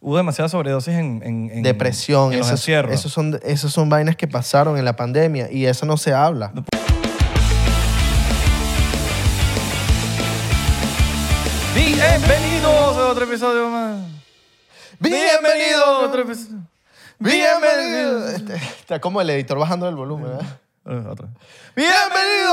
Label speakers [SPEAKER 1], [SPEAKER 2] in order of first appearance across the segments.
[SPEAKER 1] hubo demasiada sobredosis en, en- en-
[SPEAKER 2] Depresión,
[SPEAKER 1] en los
[SPEAKER 2] esas,
[SPEAKER 1] encierros.
[SPEAKER 2] esos son, esos son vainas que pasaron en la pandemia y eso no se habla.
[SPEAKER 1] Bienvenidos a otro episodio más. a otro episodio.
[SPEAKER 2] bienvenido. Este- Está como el editor bajando el volumen, ¿verdad?
[SPEAKER 1] Eh, otra.
[SPEAKER 2] Bienvenido.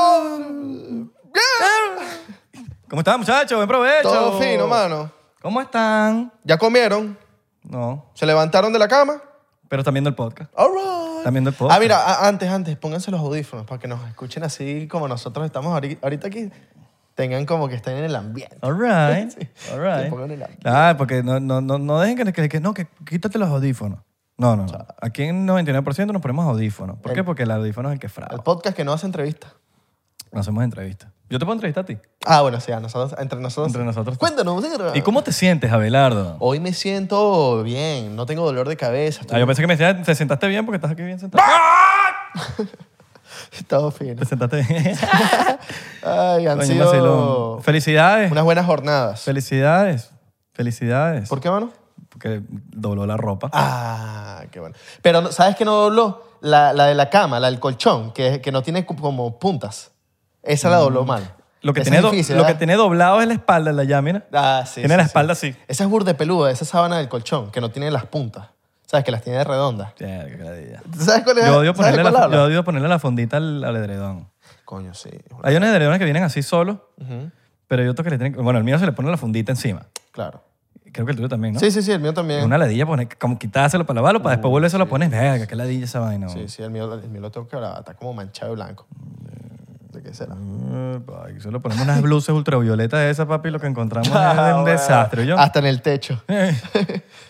[SPEAKER 1] ¿Cómo están, muchachos? Buen provecho.
[SPEAKER 2] Todo fino, mano.
[SPEAKER 1] ¿Cómo están?
[SPEAKER 2] ¿Ya comieron?
[SPEAKER 1] No,
[SPEAKER 2] ¿Se levantaron de la cama?
[SPEAKER 1] pero están viendo el podcast.
[SPEAKER 2] All right.
[SPEAKER 1] Están viendo el podcast.
[SPEAKER 2] Ah, mira, a- antes, antes, pónganse los audífonos para que nos escuchen así como nosotros estamos ahori- ahorita aquí. Tengan como que estén en el ambiente.
[SPEAKER 1] All right. All
[SPEAKER 2] Se
[SPEAKER 1] right.
[SPEAKER 2] pongan en la-
[SPEAKER 1] Ah, porque no, no, no, no dejen que, que, que- no, que quítate los audífonos. No, no, no. Aquí en 99% nos ponemos audífonos. ¿Por qué? Porque el audífono es el que
[SPEAKER 2] El
[SPEAKER 1] fraude.
[SPEAKER 2] podcast que no hace entrevista.
[SPEAKER 1] No hacemos entrevistas. Yo te puedo entrevistar a ti.
[SPEAKER 2] Ah, bueno, sí, a nosotros, entre nosotros.
[SPEAKER 1] Entre nosotros.
[SPEAKER 2] Cuéntanos.
[SPEAKER 1] ¿Y cómo te sientes, Abelardo?
[SPEAKER 2] Hoy me siento bien, no tengo dolor de cabeza.
[SPEAKER 1] Ah,
[SPEAKER 2] Estoy,
[SPEAKER 1] yo pensé que me decías, te sentaste bien porque estás aquí bien sentado.
[SPEAKER 2] ¡Ah! todo fino.
[SPEAKER 1] Te sentaste bien.
[SPEAKER 2] Ay, han
[SPEAKER 1] Coño,
[SPEAKER 2] sido
[SPEAKER 1] vacilón. Felicidades.
[SPEAKER 2] unas buenas jornadas.
[SPEAKER 1] Felicidades. Felicidades.
[SPEAKER 2] ¿Por qué, mano?
[SPEAKER 1] Porque dobló la ropa.
[SPEAKER 2] Ah, qué bueno. Pero, no- ¿sabes qué no dobló? La, la de la cama, la del colchón, que, que no tiene cu- como puntas. Esa la dobló mal.
[SPEAKER 1] Mm. Lo que,
[SPEAKER 2] Esa
[SPEAKER 1] tiene,
[SPEAKER 2] es
[SPEAKER 1] do-
[SPEAKER 2] difícil,
[SPEAKER 1] lo que
[SPEAKER 2] ¿verdad?
[SPEAKER 1] tiene doblado es la espalda, la llámina.
[SPEAKER 2] Ah, sí,
[SPEAKER 1] tiene
[SPEAKER 2] sí,
[SPEAKER 1] la
[SPEAKER 2] sí.
[SPEAKER 1] espalda así.
[SPEAKER 2] Esa es burde peluda, esa sábana del colchón, que no tiene las puntas. ¿Sabes? Que las tiene redondas.
[SPEAKER 1] Verga, qué ladilla.
[SPEAKER 2] ¿Tú ¿Sabes cuál es?
[SPEAKER 1] Yo odio,
[SPEAKER 2] Eh, ¿Sabes
[SPEAKER 1] ponerle
[SPEAKER 2] cuál
[SPEAKER 1] la,
[SPEAKER 2] hablo?
[SPEAKER 1] yo odio ponerle la fondita al, al edredón.
[SPEAKER 2] Coño, sí. es una-
[SPEAKER 1] Hay unos edredones que vienen así solos,
[SPEAKER 2] Ujú,
[SPEAKER 1] pero hay otros que le tienen... que- Bueno, el mío se le pone la fundita encima.
[SPEAKER 2] Claro.
[SPEAKER 1] Creo que el tuyo también, ¿no?
[SPEAKER 2] Sí, sí, sí, el mío
[SPEAKER 1] Es
[SPEAKER 2] también.
[SPEAKER 1] una ladilla poner, como quitárselo para lavarlo, para después volver se lo pones. Verga, qué ladilla esa vaina.
[SPEAKER 2] Sí, sí, el mío, el mío lo tengo quebrado, está como manchado de blanco. ¿De qué
[SPEAKER 1] Ah,
[SPEAKER 2] será?
[SPEAKER 1] Ay, solo ponemos unas blusas ultravioletas de esas, papi, y lo que encontramos es un
[SPEAKER 2] Ah, bueno.
[SPEAKER 1] desastre. Yo,
[SPEAKER 2] Hasta en el techo.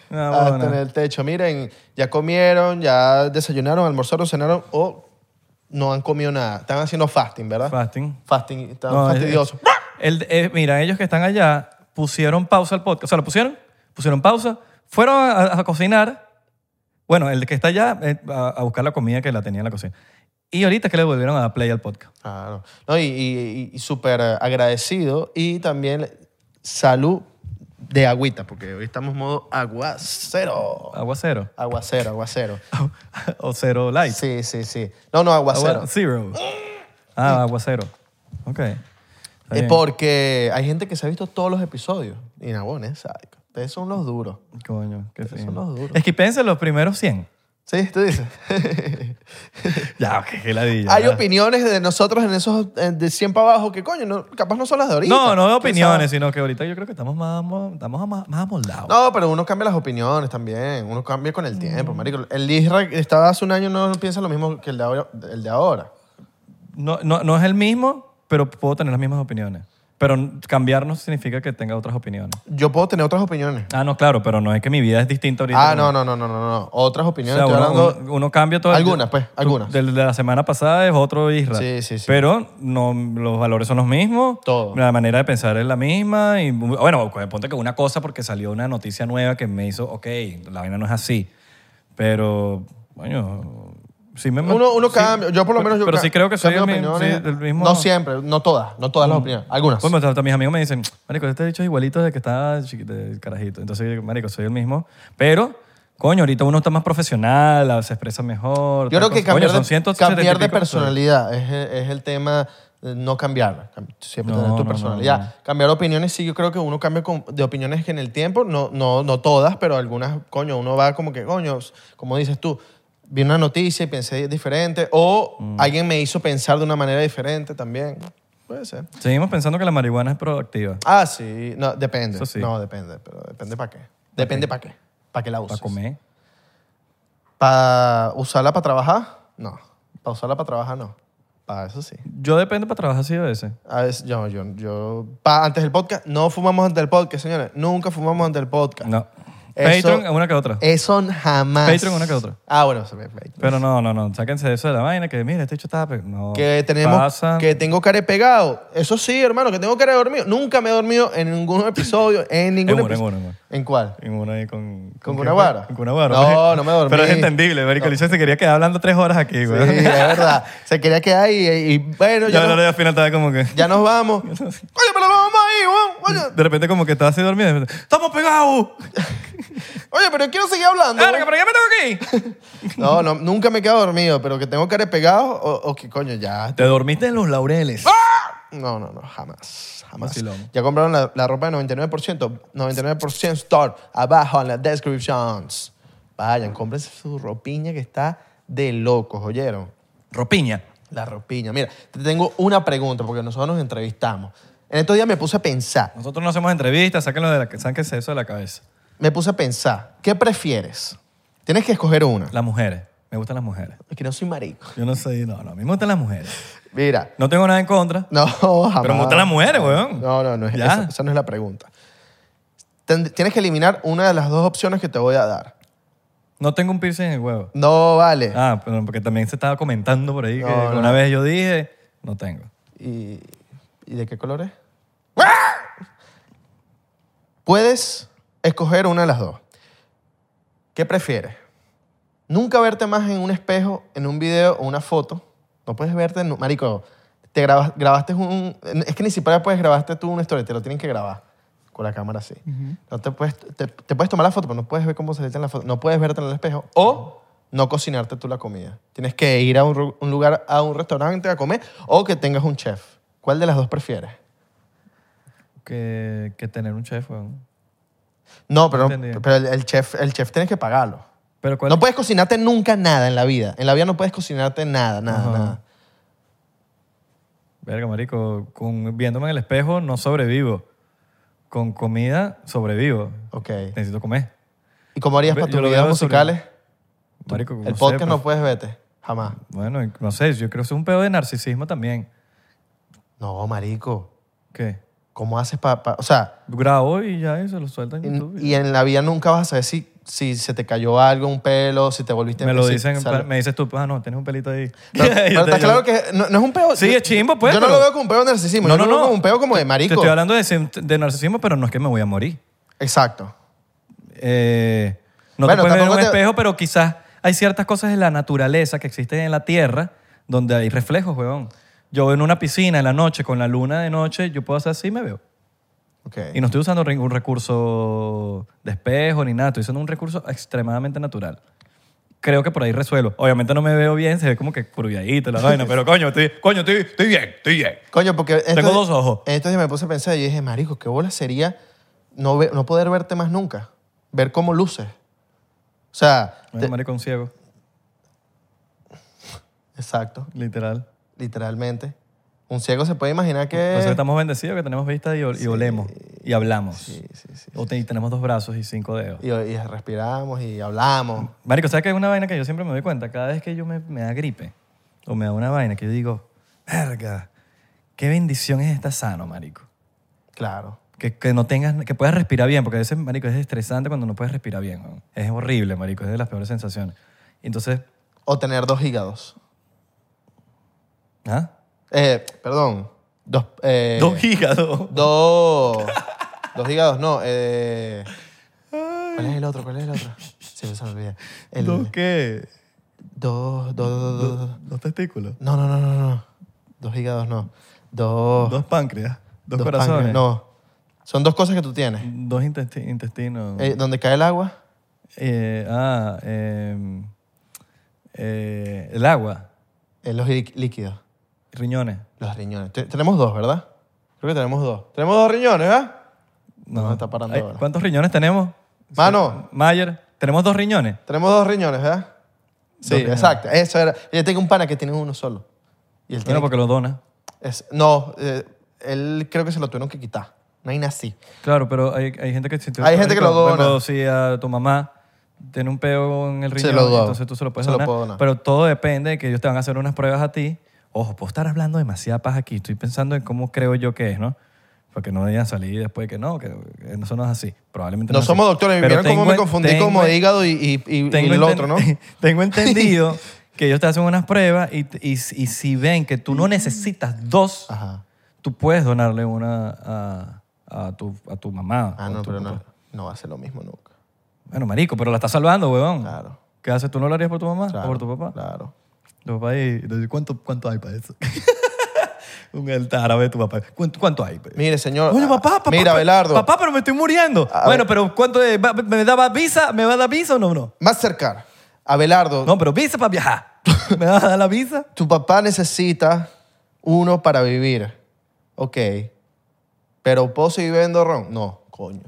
[SPEAKER 1] No,
[SPEAKER 2] Hasta
[SPEAKER 1] bueno.
[SPEAKER 2] en el techo. Miren, ya comieron, ya desayunaron, almorzaron, cenaron o no han comido nada. Están haciendo fasting, ¿verdad?
[SPEAKER 1] Fasting.
[SPEAKER 2] fasting, están
[SPEAKER 1] No, es-
[SPEAKER 2] fastidiosos.
[SPEAKER 1] El- eh, mira, ellos que están allá pusieron pausa al podcast. O sea, lo pusieron, pusieron pausa, fueron a, a cocinar. Bueno, el que está allá eh, a, a buscar la comida que la tenía en la cocina. Y ahorita es que le volvieron a dar play al podcast.
[SPEAKER 2] Claro. No, y, y- y súper agradecido. Y también salud de agüita, porque hoy estamos en modo aguacero.
[SPEAKER 1] Agua cero.
[SPEAKER 2] Aguacero, aguacero.
[SPEAKER 1] o cero light.
[SPEAKER 2] Sí, sí, sí. No, no, aguacero.
[SPEAKER 1] Agua zero. Ah, agua cero. Ok. Está
[SPEAKER 2] Es
[SPEAKER 1] bien.
[SPEAKER 2] porque hay gente que se ha visto todos los episodios. Y Nabones, sádico. Ustedes son los duros.
[SPEAKER 1] Coño, qué fino.
[SPEAKER 2] los duros.
[SPEAKER 1] Esquipense los primeros 100.
[SPEAKER 2] ¿Sí? ¿Tú dices?
[SPEAKER 1] Ya, ok, qué ladilla.
[SPEAKER 2] hay
[SPEAKER 1] ya.
[SPEAKER 2] opiniones de nosotros en esos eh, de 100 para abajo que, coño, no, capaz no son las de ahorita.
[SPEAKER 1] No, no de
[SPEAKER 2] ¿Quién
[SPEAKER 1] opiniones,
[SPEAKER 2] sabe?
[SPEAKER 1] sino que ahorita yo creo que estamos más, amo- estamos más, más amoldados.
[SPEAKER 2] No, pero uno cambia las opiniones también. Uno cambia con el
[SPEAKER 1] Mm.
[SPEAKER 2] tiempo, marico. El Isra que estaba hace un año no piensa lo mismo que el de ahora. El de ahora.
[SPEAKER 1] No, no, no es el mismo, pero puedo tener las mismas opiniones. Pero n- cambiar no significa que tenga otras opiniones.
[SPEAKER 2] Yo puedo tener otras opiniones.
[SPEAKER 1] Ah, no, claro, pero no es que mi vida es distinta ahorita.
[SPEAKER 2] Ah, no, no, no, no, no, no. Otras
[SPEAKER 1] O
[SPEAKER 2] opiniones.
[SPEAKER 1] sea,
[SPEAKER 2] Estoy
[SPEAKER 1] uno,
[SPEAKER 2] hablando...
[SPEAKER 1] uno- uno cambia todo. el-
[SPEAKER 2] Algunas, pues, algunas.
[SPEAKER 1] Del de la semana pasada es otro Israel.
[SPEAKER 2] Sí, sí, sí.
[SPEAKER 1] Pero no, los valores son los mismos.
[SPEAKER 2] Todo.
[SPEAKER 1] La manera de pensar es la misma. Y, bueno, pues, ponte que una cosa porque salió una noticia nueva que me hizo, ok, la vaina no es así. Pero, bueno, sí me...
[SPEAKER 2] Uno, uno
[SPEAKER 1] sí-
[SPEAKER 2] cambia. Yo por lo menos... yo
[SPEAKER 1] Pero sí
[SPEAKER 2] ca-
[SPEAKER 1] creo que soy
[SPEAKER 2] cambio
[SPEAKER 1] el, mi-
[SPEAKER 2] opiniones.
[SPEAKER 1] sí, del mismo...
[SPEAKER 2] No siempre, no todas. No todas las opiniones. Algunas.
[SPEAKER 1] Pues hasta mis amigos me dicen, marico, este dicho es igualito desde que estaba chiqui- de carajito. Entonces, yo digo, marico, soy el mismo. Pero, coño, ahorita uno está más profesional, se expresa mejor.
[SPEAKER 2] Yo
[SPEAKER 1] tal
[SPEAKER 2] creo que
[SPEAKER 1] cosa. Coño,
[SPEAKER 2] cambiar,
[SPEAKER 1] son
[SPEAKER 2] de,
[SPEAKER 1] 170 y
[SPEAKER 2] cambiar de
[SPEAKER 1] pico
[SPEAKER 2] personalidad es, el- es el tema eh, no cambiar, cam- siempre
[SPEAKER 1] No,
[SPEAKER 2] tener
[SPEAKER 1] no,
[SPEAKER 2] tu
[SPEAKER 1] no,
[SPEAKER 2] personalidad. Cambiar opiniones, sí, yo creo que uno cambia con- de opiniones que en el tiempo, no, no, no todas, pero algunas, coño, uno va como que, coño, s- como dices tú, vi una noticia y pensé diferente, o
[SPEAKER 1] Mm.
[SPEAKER 2] alguien me hizo pensar de una manera diferente también. Puede ser.
[SPEAKER 1] Seguimos pensando que la marihuana es productiva.
[SPEAKER 2] Ah, sí, no, depende.
[SPEAKER 1] Eso sí.
[SPEAKER 2] No, depende, pero depende para qué. Depende para qué. Para qué la uses.
[SPEAKER 1] Para comer.
[SPEAKER 2] ¿Para usarla para trabajar? No. ¿Para usarla para trabajar? No. Para eso sí.
[SPEAKER 1] Yo dependo para trabajar así a veces.
[SPEAKER 2] A veces, yo, yo, yo. pa- antes del podcast, no fumamos antes del podcast, señores. Nunca fumamos antes del podcast.
[SPEAKER 1] No.
[SPEAKER 2] Eso-
[SPEAKER 1] Patreon, una que otra.
[SPEAKER 2] Eso jamás.
[SPEAKER 1] Patreon, una que otra.
[SPEAKER 2] Ah, bueno, se me- Patreon.
[SPEAKER 1] Pero no, no, no. Sáquense de eso de la vaina, que mira, este hecho está... pe- No.
[SPEAKER 2] Que tenemos.
[SPEAKER 1] Pasa.
[SPEAKER 2] Que tengo care pegado. Eso sí, hermano, que tengo care dormido. Nunca me he dormido en ningún episodio. En ningún
[SPEAKER 1] En uno, en
[SPEAKER 2] episodio.
[SPEAKER 1] uno, en uno.
[SPEAKER 2] cuál?
[SPEAKER 1] En una ahí con...
[SPEAKER 2] ¿Con
[SPEAKER 1] qué fue?
[SPEAKER 2] Cuna Guara?
[SPEAKER 1] Con Cunaguara.
[SPEAKER 2] No, no me dormí.
[SPEAKER 1] Pero es entendible, marico. El hecho se quería quedar hablando tres horas aquí,
[SPEAKER 2] Sí,
[SPEAKER 1] güey.
[SPEAKER 2] es verdad. Se quería quedar y, y bueno,
[SPEAKER 1] Ya,
[SPEAKER 2] ya, nos,
[SPEAKER 1] al final estaba como que...
[SPEAKER 2] ya nos vamos. Oye, pero vamos ahí, weón. Oye.
[SPEAKER 1] De repente como que estaba así dormido. de repente, ¡Estamos pegados!
[SPEAKER 2] Oye, pero yo quiero seguir hablando.
[SPEAKER 1] Verga, pero ya me tengo que ir.
[SPEAKER 2] No, no, nunca me quedo dormido, pero que tengo que pegado o, o que coño, ya.
[SPEAKER 1] Te dormiste en los laureles.
[SPEAKER 2] No, no, no, jamás. Jamás.
[SPEAKER 1] Vacilón.
[SPEAKER 2] Ya compraron la, la ropa de 99%. 99% store. Abajo en las descriptions. Vayan, cómprense su ropiña que está de locos, ¿oyeron?
[SPEAKER 1] Ropiña.
[SPEAKER 2] La ropiña. Mira, te tengo una pregunta porque nosotros nos entrevistamos. En estos días me puse a pensar.
[SPEAKER 1] Nosotros no hacemos entrevistas, sáquenlo de la, sáquense eso de la cabeza.
[SPEAKER 2] Me puse a pensar. ¿Qué prefieres? Tienes que escoger una.
[SPEAKER 1] Las mujeres. Me gustan las mujeres.
[SPEAKER 2] Es que no soy marico.
[SPEAKER 1] Yo no sé, no, no, a mí me gustan las mujeres.
[SPEAKER 2] Mira.
[SPEAKER 1] No tengo nada en contra,
[SPEAKER 2] No, jamás.
[SPEAKER 1] pero me gustan las mujeres, weón.
[SPEAKER 2] No, no, no. es-
[SPEAKER 1] Ya.
[SPEAKER 2] Esa, esa no es la pregunta. Ten- tienes que eliminar una de las dos opciones que te voy a dar.
[SPEAKER 1] No tengo un piercing en el huevo.
[SPEAKER 2] No vale.
[SPEAKER 1] Ah, pero porque también se estaba comentando por ahí que
[SPEAKER 2] No, no.
[SPEAKER 1] una vez yo dije, no tengo.
[SPEAKER 2] ¿Y, y de qué color es? Puedes escoger una de las dos. ¿Qué prefieres? Nunca verte más en un espejo, en un video o una foto. No puedes verte, en un- marico. Te grabas- grabaste un, es que ni siquiera puedes grabarte tú una historia, te lo tienen que grabar con la cámara así. No te puedes, te, te puedes tomar la foto, pero no puedes ver cómo saliste en la foto, no puedes verte en el espejo o no cocinarte tú la comida. Tienes que ir a un, ru- un lugar, a un restaurante a comer o que tengas un chef. ¿Cuál de las dos prefieres?
[SPEAKER 1] Que, que tener un chef, weón.
[SPEAKER 2] No, pero,
[SPEAKER 1] Entendí.
[SPEAKER 2] pero el, el chef, el chef tienes que pagarlo.
[SPEAKER 1] Pero cuál...
[SPEAKER 2] No puedes cocinarte nunca nada en la vida. En la vida no puedes cocinarte nada, nada,
[SPEAKER 1] Ajá.
[SPEAKER 2] nada.
[SPEAKER 1] Verga, marico, con, viéndome en el espejo no sobrevivo. Con comida sobrevivo.
[SPEAKER 2] Ok.
[SPEAKER 1] Necesito comer.
[SPEAKER 2] ¿Y cómo harías
[SPEAKER 1] Ve-
[SPEAKER 2] para
[SPEAKER 1] yo
[SPEAKER 2] tus
[SPEAKER 1] lo
[SPEAKER 2] videos
[SPEAKER 1] veo sobre-
[SPEAKER 2] musicales?
[SPEAKER 1] Marico,
[SPEAKER 2] el
[SPEAKER 1] sé,
[SPEAKER 2] podcast
[SPEAKER 1] pero-
[SPEAKER 2] no puedes verte. Jamás.
[SPEAKER 1] Bueno, no sé, yo creo que es un pedo de narcisismo también.
[SPEAKER 2] No, marico.
[SPEAKER 1] ¿Qué?
[SPEAKER 2] ¿Cómo haces para...? o sea,
[SPEAKER 1] Grabo y ya y se lo sueltan en YouTube.
[SPEAKER 2] en- y en la vida nunca vas a saber si, si se te cayó algo, un pelo, si te volviste...
[SPEAKER 1] me lo
[SPEAKER 2] si-
[SPEAKER 1] dicen,
[SPEAKER 2] sale-
[SPEAKER 1] me dices tú, ah, no, tienes un pelito ahí.
[SPEAKER 2] Pero,
[SPEAKER 1] Yo
[SPEAKER 2] pero
[SPEAKER 1] te-
[SPEAKER 2] está
[SPEAKER 1] yo-
[SPEAKER 2] claro que no, no es un peo...
[SPEAKER 1] Sí,
[SPEAKER 2] yo-
[SPEAKER 1] es chimbo, pues,
[SPEAKER 2] Yo no
[SPEAKER 1] pero-
[SPEAKER 2] lo veo como un peo de narcisismo. yo lo veo como un peo como de
[SPEAKER 1] Te-
[SPEAKER 2] marico.
[SPEAKER 1] Te estoy hablando de, sen- de narcisismo, pero no es que me voy a morir.
[SPEAKER 2] Exacto.
[SPEAKER 1] Eh, no
[SPEAKER 2] Bueno,
[SPEAKER 1] te puedes ver en un
[SPEAKER 2] tampoco te-
[SPEAKER 1] espejo, pero quizás hay ciertas cosas de la naturaleza que existen en la Tierra donde hay reflejos, weón. Yo en una piscina en la noche, con la luna de noche, yo puedo hacer así y me veo.
[SPEAKER 2] Ok.
[SPEAKER 1] Y no estoy usando ningún recurso de espejo ni nada, estoy usando un recurso extremadamente natural. Creo que por ahí resuelvo. Obviamente no me veo bien, se ve como que curviadito la vaina, pero coño, estoy, coño, estoy, estoy bien, estoy bien.
[SPEAKER 2] Coño, porque... esto-
[SPEAKER 1] Tengo dos ojos.
[SPEAKER 2] Entonces me puse a pensar y yo dije, marico, qué bola sería no, ve- no poder verte más nunca. Ver cómo luces. O sea...
[SPEAKER 1] No
[SPEAKER 2] te-
[SPEAKER 1] es maricón ciego,
[SPEAKER 2] exacto.
[SPEAKER 1] literal.
[SPEAKER 2] Literalmente. Un ciego se puede imaginar
[SPEAKER 1] Por eso
[SPEAKER 2] que...
[SPEAKER 1] estamos bendecidos que tenemos vista y, ol- y olemos y hablamos.
[SPEAKER 2] Sí, sí, sí.
[SPEAKER 1] O te- y tenemos dos brazos y cinco dedos.
[SPEAKER 2] Y, y respiramos y hablamos.
[SPEAKER 1] Marico, ¿sabes que es una vaina que yo siempre me doy cuenta? Cada vez que yo me, me da gripe o me da una vaina que yo digo, verga, qué bendición es estar sano, marico.
[SPEAKER 2] Claro.
[SPEAKER 1] Que, que no tengas, que puedas respirar bien, porque a veces, marico, es estresante cuando no puedes respirar bien. weón. Es horrible, marico, es de las peores sensaciones. Entonces,
[SPEAKER 2] O tener dos hígados.
[SPEAKER 1] ¿ah?
[SPEAKER 2] Eh, perdón. Dos... eh,
[SPEAKER 1] Dos hígados.
[SPEAKER 2] Dos. Dos hígados, no. eh, ¿Cuál es el otro? ¿Cuál es el otro? Se me se me olvida. El-
[SPEAKER 1] ¿Dos qué?
[SPEAKER 2] Dos, dos, dos, dos, dos.
[SPEAKER 1] Dos testículos.
[SPEAKER 2] No, no, no, no, no. Dos hígados, no. Dos.
[SPEAKER 1] Dos páncreas. Dos,
[SPEAKER 2] Oh. dos
[SPEAKER 1] corazones.
[SPEAKER 2] páncreas, No. Son dos cosas que tú tienes.
[SPEAKER 1] Dos intesti- intestinos.
[SPEAKER 2] Eh, donde cae el agua.
[SPEAKER 1] Eh, ah, em, eh, el agua,
[SPEAKER 2] eh, los lí- líquidos.
[SPEAKER 1] riñones.
[SPEAKER 2] Los riñones. Te- Tenemos dos, ¿verdad? Creo que tenemos dos. Tenemos dos riñones, ¿verdad? No, está parando
[SPEAKER 1] Ay,
[SPEAKER 2] ahora.
[SPEAKER 1] ¿Cuántos riñones tenemos?
[SPEAKER 2] Mano.
[SPEAKER 1] Mayer, ¿tenemos dos riñones?
[SPEAKER 2] Tenemos dos riñones, ¿verdad? Sí,
[SPEAKER 1] riñones.
[SPEAKER 2] exacto. Eso era. Yo tengo un pana que tiene uno solo. Y él tiene
[SPEAKER 1] Bueno, porque los donas.
[SPEAKER 2] Es- no, eh, él creo que se lo tuvieron que quitar. No hay nada así.
[SPEAKER 1] Claro, pero hay, hay gente que... si te-
[SPEAKER 2] Hay gente que lo
[SPEAKER 1] por ejemplo,
[SPEAKER 2] dona.
[SPEAKER 1] si a tu mamá tiene un peo en el
[SPEAKER 2] Se
[SPEAKER 1] riñón,
[SPEAKER 2] lo dono.
[SPEAKER 1] entonces tú se lo puedes
[SPEAKER 2] Se lo
[SPEAKER 1] donar.
[SPEAKER 2] puedo donar.
[SPEAKER 1] Pero todo depende de que ellos te van a hacer unas pruebas a ti. Ojo, puedo estar hablando demasiada paz aquí. Estoy pensando en cómo creo yo que es, ¿no? Porque no vayan a salir después que no, que que eso no es así. Probablemente
[SPEAKER 2] No
[SPEAKER 1] es
[SPEAKER 2] somos
[SPEAKER 1] así.
[SPEAKER 2] doctores.
[SPEAKER 1] Pero
[SPEAKER 2] Vieron cómo
[SPEAKER 1] tengo-
[SPEAKER 2] me confundí
[SPEAKER 1] tengo-
[SPEAKER 2] como de hígado y, y- y- y el
[SPEAKER 1] enten-
[SPEAKER 2] otro, ¿no?
[SPEAKER 1] tengo entendido que ellos te hacen unas pruebas y, y- y si ven que tú no necesitas dos,
[SPEAKER 2] Ajá.
[SPEAKER 1] tú puedes donarle una a, a tu, a tu mamá.
[SPEAKER 2] Ah,
[SPEAKER 1] o
[SPEAKER 2] no,
[SPEAKER 1] tu
[SPEAKER 2] pero
[SPEAKER 1] papá.
[SPEAKER 2] no, no va a ser lo mismo nunca.
[SPEAKER 1] Bueno, marico, pero la estás salvando, huevón.
[SPEAKER 2] Claro.
[SPEAKER 1] ¿Qué haces? ¿Tú no lo harías Ah, por tu mamá
[SPEAKER 2] claro
[SPEAKER 1] o por tu papá?
[SPEAKER 2] Claro.
[SPEAKER 1] Tu papá y... y te dice, ¿Cuánto, cuánto hay para eso? Un altar, a ver tu papá. ¿Cuánto, cuánto hay? pues?
[SPEAKER 2] Mire, señor.
[SPEAKER 1] Oye,
[SPEAKER 2] ah,
[SPEAKER 1] papá, papá.
[SPEAKER 2] Mira,
[SPEAKER 1] pe-
[SPEAKER 2] Belardo.
[SPEAKER 1] Papá, pero me estoy muriendo.
[SPEAKER 2] A
[SPEAKER 1] bueno,
[SPEAKER 2] ver.
[SPEAKER 1] pero ¿cuánto es? ¿Va- ¿Me daba visa? ¿Me va a dar visa o no? No,
[SPEAKER 2] Más cercar. Abelardo,
[SPEAKER 1] no pero visa para viajar. ¿Me va a dar la visa?
[SPEAKER 2] tu papá necesita uno para vivir. Ok. Pero ¿puedo seguir bebiendo ron? No, coño.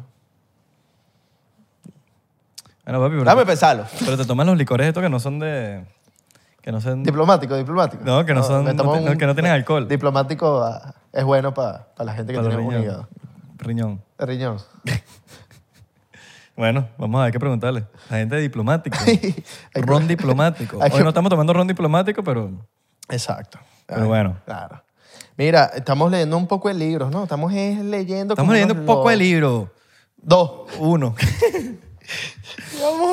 [SPEAKER 1] Bueno, papi, pero,
[SPEAKER 2] Dame pensarlo.
[SPEAKER 1] pero te toman los licores estos que no son de... Que no son...
[SPEAKER 2] Diplomático, diplomático.
[SPEAKER 1] No, que no son-
[SPEAKER 2] me
[SPEAKER 1] no
[SPEAKER 2] tomo
[SPEAKER 1] te- no, que no tienen alcohol.
[SPEAKER 2] Diplomático ah, es bueno para la gente que
[SPEAKER 1] para
[SPEAKER 2] tiene
[SPEAKER 1] los
[SPEAKER 2] un
[SPEAKER 1] riñón.
[SPEAKER 2] hígado.
[SPEAKER 1] Riñón.
[SPEAKER 2] Riñón.
[SPEAKER 1] Bueno, vamos a ver qué preguntarle. La gente diplomática.
[SPEAKER 2] Hay
[SPEAKER 1] ron
[SPEAKER 2] que-
[SPEAKER 1] diplomático.
[SPEAKER 2] hay
[SPEAKER 1] Hoy
[SPEAKER 2] que-
[SPEAKER 1] no estamos tomando ron diplomático, pero...
[SPEAKER 2] Exacto.
[SPEAKER 1] Pero
[SPEAKER 2] Ay,
[SPEAKER 1] bueno.
[SPEAKER 2] Claro. Mira, estamos leyendo un poco de libros, ¿no? Estamos es leyendo.
[SPEAKER 1] Estamos
[SPEAKER 2] como
[SPEAKER 1] leyendo
[SPEAKER 2] unos
[SPEAKER 1] un poco de
[SPEAKER 2] locos.
[SPEAKER 1] libro.
[SPEAKER 2] Dos.
[SPEAKER 1] Uno.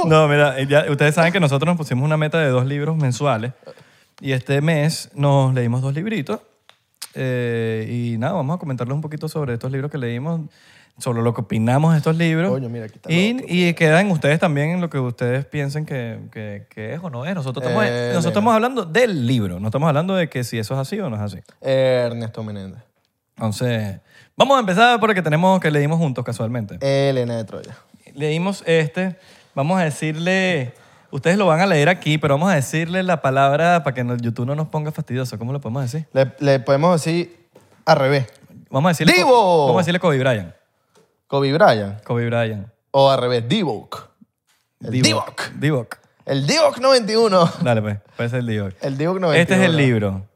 [SPEAKER 1] No, mira, eh, ya, ustedes saben que nosotros nos pusimos una meta de dos libros mensuales y este mes nos leímos dos libritos Eh, y nada, vamos a comentarles un poquito sobre estos libros que leímos, sobre lo que opinamos de estos libros
[SPEAKER 2] Coño, mira, aquí está el
[SPEAKER 1] y, y quedan ustedes también en lo que ustedes piensen que, que- que es o no es. Nosotros estamos,
[SPEAKER 2] Eh,
[SPEAKER 1] nosotros
[SPEAKER 2] mira.
[SPEAKER 1] estamos hablando del libro, no estamos hablando de que si eso es así o no es así.
[SPEAKER 2] Ernesto Menéndez.
[SPEAKER 1] Entonces, vamos a empezar por el que tenemos que leímos juntos casualmente.
[SPEAKER 2] Elena de Troya.
[SPEAKER 1] Leímos este. Vamos a decirle. Ustedes lo van a leer aquí, pero vamos a decirle la palabra para que no- YouTube no nos ponga fastidioso. ¿Cómo lo podemos decir?
[SPEAKER 2] Le, le podemos decir al revés.
[SPEAKER 1] Vamos a decirle.
[SPEAKER 2] ¡Divo!
[SPEAKER 1] Co- Vamos a decirle Kobe Bryant.
[SPEAKER 2] Kobe Bryant.
[SPEAKER 1] Kobe Bryant.
[SPEAKER 2] O al revés, Divock. El Divock.
[SPEAKER 1] Divock.
[SPEAKER 2] El Divock 91.
[SPEAKER 1] Dale, pues. Puede ser el Divock.
[SPEAKER 2] El Divock 91.
[SPEAKER 1] Este es el libro.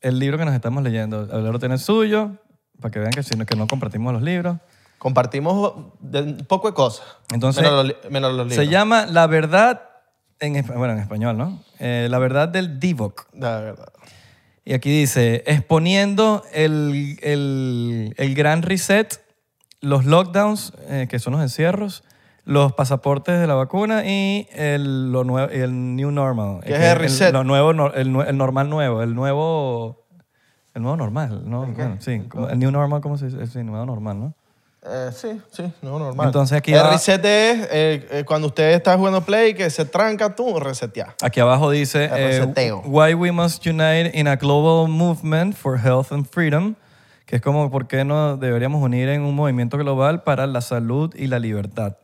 [SPEAKER 1] El libro que nos estamos leyendo. El libro tiene el suyo, para que vean que, si no- que no compartimos los libros.
[SPEAKER 2] Compartimos de- un poco de cosas.
[SPEAKER 1] Entonces,
[SPEAKER 2] menos los, li- menos los libros.
[SPEAKER 1] Se llama La Verdad, en, espa- bueno, en español, ¿no? Eh, la Verdad del Divock.
[SPEAKER 2] La verdad.
[SPEAKER 1] Y aquí dice, exponiendo el, el- el gran reset, los lockdowns, eh, que son los encierros, los pasaportes de la vacuna y el, lo nue- el new normal.
[SPEAKER 2] ¿Qué es el reset?
[SPEAKER 1] lo nuevo, nor- el, nue- el normal nuevo, el nuevo... El nuevo normal, ¿no? Bueno, sí, como- el new normal, ¿cómo se dice? Sí, el nuevo normal, ¿no?
[SPEAKER 2] Eh, sí, sí, no, normal.
[SPEAKER 1] Entonces aquí
[SPEAKER 2] El
[SPEAKER 1] va-
[SPEAKER 2] reset es eh, eh, cuando usted está jugando play que se tranca tú, resetea.
[SPEAKER 1] Aquí abajo dice
[SPEAKER 2] El
[SPEAKER 1] eh,
[SPEAKER 2] reseteo.
[SPEAKER 1] Why we must unite in a global movement for health and freedom, que es como por qué nos deberíamos unir en un movimiento global para la salud y la libertad.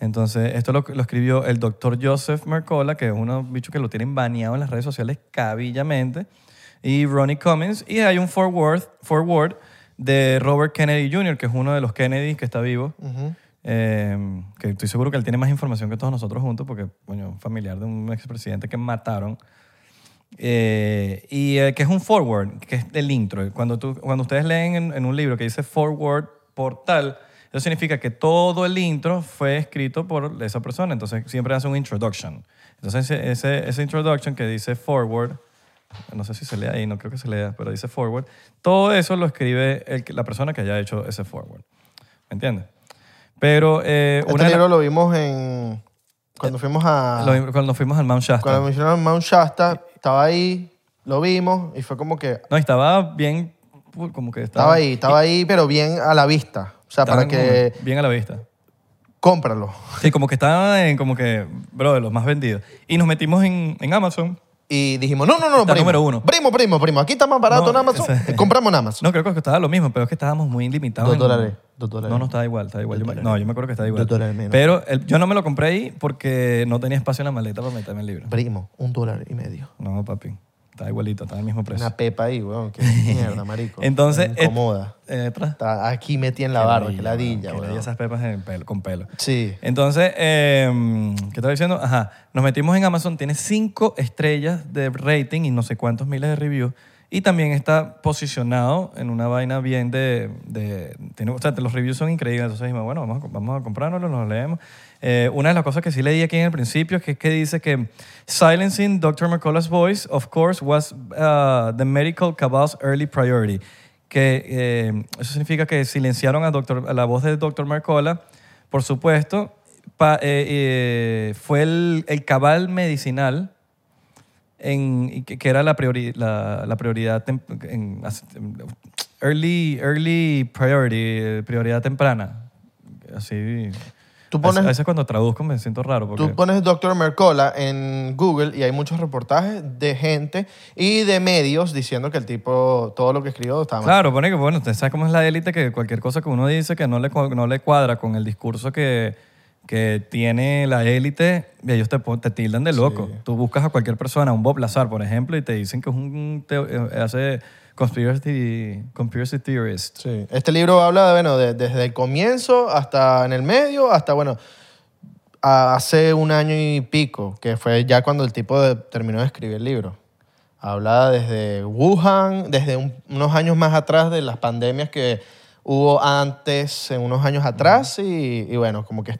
[SPEAKER 1] Entonces, esto lo, lo escribió el doctor Joseph Mercola, que es uno bicho que lo tienen baneado en las redes sociales cabillamente, y Ronnie Cummings. Y hay un forward, forward de Robert Kennedy Jr., que es uno de los Kennedys que está vivo. Eh, que estoy seguro que él tiene más información que todos nosotros juntos, porque, coño, un familiar de un expresidente que mataron. Eh, y eh, que es un forward, que es el intro. Cuando, tú, cuando ustedes leen en, en un libro que dice forward portal, eso significa que todo el intro fue escrito por esa persona. Entonces siempre hace un introduction. Entonces ese, ese, ese introduction que dice forward, no sé si se lee ahí, no creo que se lea, pero dice forward, todo eso lo escribe el que- la persona que haya hecho ese forward. ¿Me entiendes? Pero eh,
[SPEAKER 2] este
[SPEAKER 1] de
[SPEAKER 2] libro lo vimos en. Cuando fuimos a.
[SPEAKER 1] la- lo- cuando fuimos al Mount Shasta.
[SPEAKER 2] cuando me hicieron Mount Shasta, estaba ahí, lo vimos y fue como que.
[SPEAKER 1] No, y estaba bien, como que
[SPEAKER 2] Estaba ahí, estaba ahí, pero bien a la vista. O sea, para
[SPEAKER 1] Estaban
[SPEAKER 2] que.
[SPEAKER 1] como bien a la vista.
[SPEAKER 2] Cómpralo.
[SPEAKER 1] Sí, como que estaban en, como que, bro, de los más vendidos. Y nos metimos en, en Amazon.
[SPEAKER 2] Y dijimos, no, no, no,
[SPEAKER 1] Está
[SPEAKER 2] primo.
[SPEAKER 1] número uno.
[SPEAKER 2] Primo, primo, primo. Aquí está más barato
[SPEAKER 1] No,
[SPEAKER 2] en Amazon.
[SPEAKER 1] ese-
[SPEAKER 2] Eh, Compramos en Amazon.
[SPEAKER 1] No, creo que estaba lo mismo, pero es que estábamos muy limitados.
[SPEAKER 2] Dos
[SPEAKER 1] en-
[SPEAKER 2] dólares, dos dólares.
[SPEAKER 1] No, no, estaba igual, estaba igual. Yo me- no, yo me acuerdo que estaba igual.
[SPEAKER 2] Dos dólares menos.
[SPEAKER 1] Pero el- yo no me lo compré ahí porque no tenía espacio en la maleta para meterme el libro.
[SPEAKER 2] Primo, un dólar y medio.
[SPEAKER 1] No, papi, estaba igualito, estaba al mismo precio.
[SPEAKER 2] Una pepa ahí, weón. Qué mierda, marico.
[SPEAKER 1] Pues. Entonces,
[SPEAKER 2] Me
[SPEAKER 1] eh,
[SPEAKER 2] Incomoda.
[SPEAKER 1] eh, tra-
[SPEAKER 2] Está aquí metí en la barra, que
[SPEAKER 1] Que
[SPEAKER 2] ladilla,
[SPEAKER 1] le di
[SPEAKER 2] weón.
[SPEAKER 1] esas pepas en pelo- con pelo.
[SPEAKER 2] Sí.
[SPEAKER 1] Entonces, eh, ¿qué estaba diciendo? Ajá, nos metimos en Amazon, tiene cinco estrellas de rating y no sé cuántos miles de reviews. Y también está posicionado en una vaina bien de... de- tiene- o sea, los reviews son increíbles. Entonces dijimos, bueno, vamos a, vamos a comprárnoslos, los leemos. Eh, una de las cosas que sí leí aquí en el principio es que, que dice que silencing Dr. McCullough's voice, of course, was uh, the medical cabal's early priority. Que eh, eso significa que silenciaron a, doctor, a la voz de Dr. Mercola por supuesto, pa- eh, eh, fue el, el cabal medicinal en, y que, que era la, priori- la, la prioridad tem- en- en- early, early priority, eh, prioridad temprana. Así.
[SPEAKER 2] Tú
[SPEAKER 1] A veces-
[SPEAKER 2] pones-
[SPEAKER 1] a veces cuando traduzco me siento raro porque...
[SPEAKER 2] Tú pones Dr. Mercola en Google y hay muchos reportajes de gente y de medios diciendo que el tipo, todo lo que escribió estaba mal.
[SPEAKER 1] Claro, pone que, bueno, usted sabe cómo es la élite, que cualquier cosa que uno dice que no le, cu- no le cuadra con el discurso que, que tiene la élite, y ellos te, pon- te tildan de loco. Tú buscas a cualquier persona, un Bob Lazar, por ejemplo, y te dicen que es un... teo- eh, hace conspiracy, conspiracy theorist.
[SPEAKER 2] Sí. Este libro habla, bueno, de- desde el comienzo hasta en el medio, hasta, bueno, a- hace un año y pico, que fue ya cuando el tipo de- terminó de escribir el libro. Habla desde Wuhan, desde un- unos años más atrás de las pandemias que hubo antes, en unos años atrás, y, y bueno, como que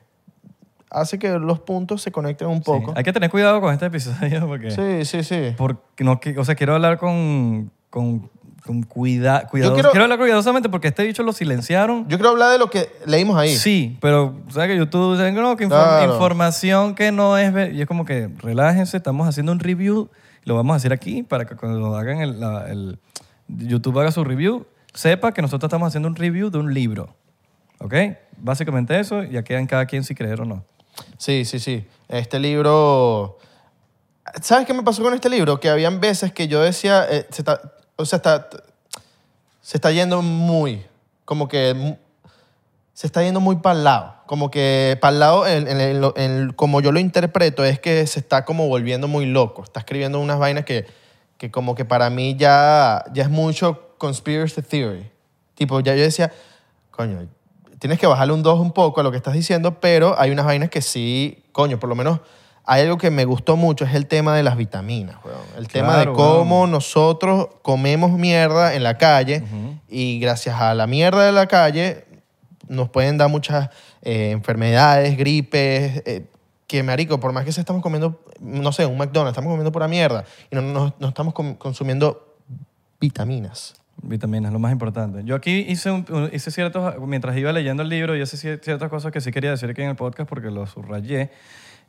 [SPEAKER 2] hace que los puntos se conecten un
[SPEAKER 1] Sí,
[SPEAKER 2] poco.
[SPEAKER 1] Hay que tener cuidado con este episodio porque...
[SPEAKER 2] Sí, sí, sí.
[SPEAKER 1] porque no, qui- o sea, quiero hablar con, con, con cuida, cuidados-
[SPEAKER 2] quiero-
[SPEAKER 1] Quiero... hablar cuidadosamente porque este bicho lo silenciaron.
[SPEAKER 2] Yo quiero hablar de lo que leímos ahí.
[SPEAKER 1] Sí, pero ¿sabes que YouTube dice, no, que infor-
[SPEAKER 2] Claro.
[SPEAKER 1] información que no es... ver-". Y es como que relájense, estamos haciendo un review, lo vamos a hacer aquí para que cuando hagan el, la- el- YouTube haga su review, sepa que nosotros estamos haciendo un review de un libro. ¿Ok? Básicamente eso, ya quedan cada quien si creer o no.
[SPEAKER 2] Sí, sí, sí. Este libro... ¿Sabes qué me pasó con este libro? Que habían veces que yo decía, eh, se está, o sea, está, se está yendo muy, como que mu- se está yendo muy para el lado. Como que para el lado, en- en- en lo- en- como yo lo interpreto, es que se está como volviendo muy loco. Está escribiendo unas vainas que, que como que para mí ya, ya es mucho conspiracy theory. Tipo, ya yo decía, coño, tienes que bajarle un 2 un poco a lo que estás diciendo, pero hay unas vainas que sí, coño, por lo menos hay algo que me gustó mucho, es el tema de las vitaminas, weón. El tema de
[SPEAKER 1] Claro,
[SPEAKER 2] cómo
[SPEAKER 1] weón.
[SPEAKER 2] nosotros comemos mierda en la calle y gracias a la mierda de la calle nos pueden dar muchas eh, enfermedades, gripes, eh, que marico, por más que se estamos comiendo, no sé, un McDonald's, estamos comiendo pura mierda y no, no- no estamos com- consumiendo vitaminas.
[SPEAKER 1] Vitaminas, lo más importante. Yo aquí hice, un- un- hice ciertos, mientras iba leyendo el libro, yo hice cier- ciertas cosas que sí quería decir aquí en el podcast porque lo subrayé.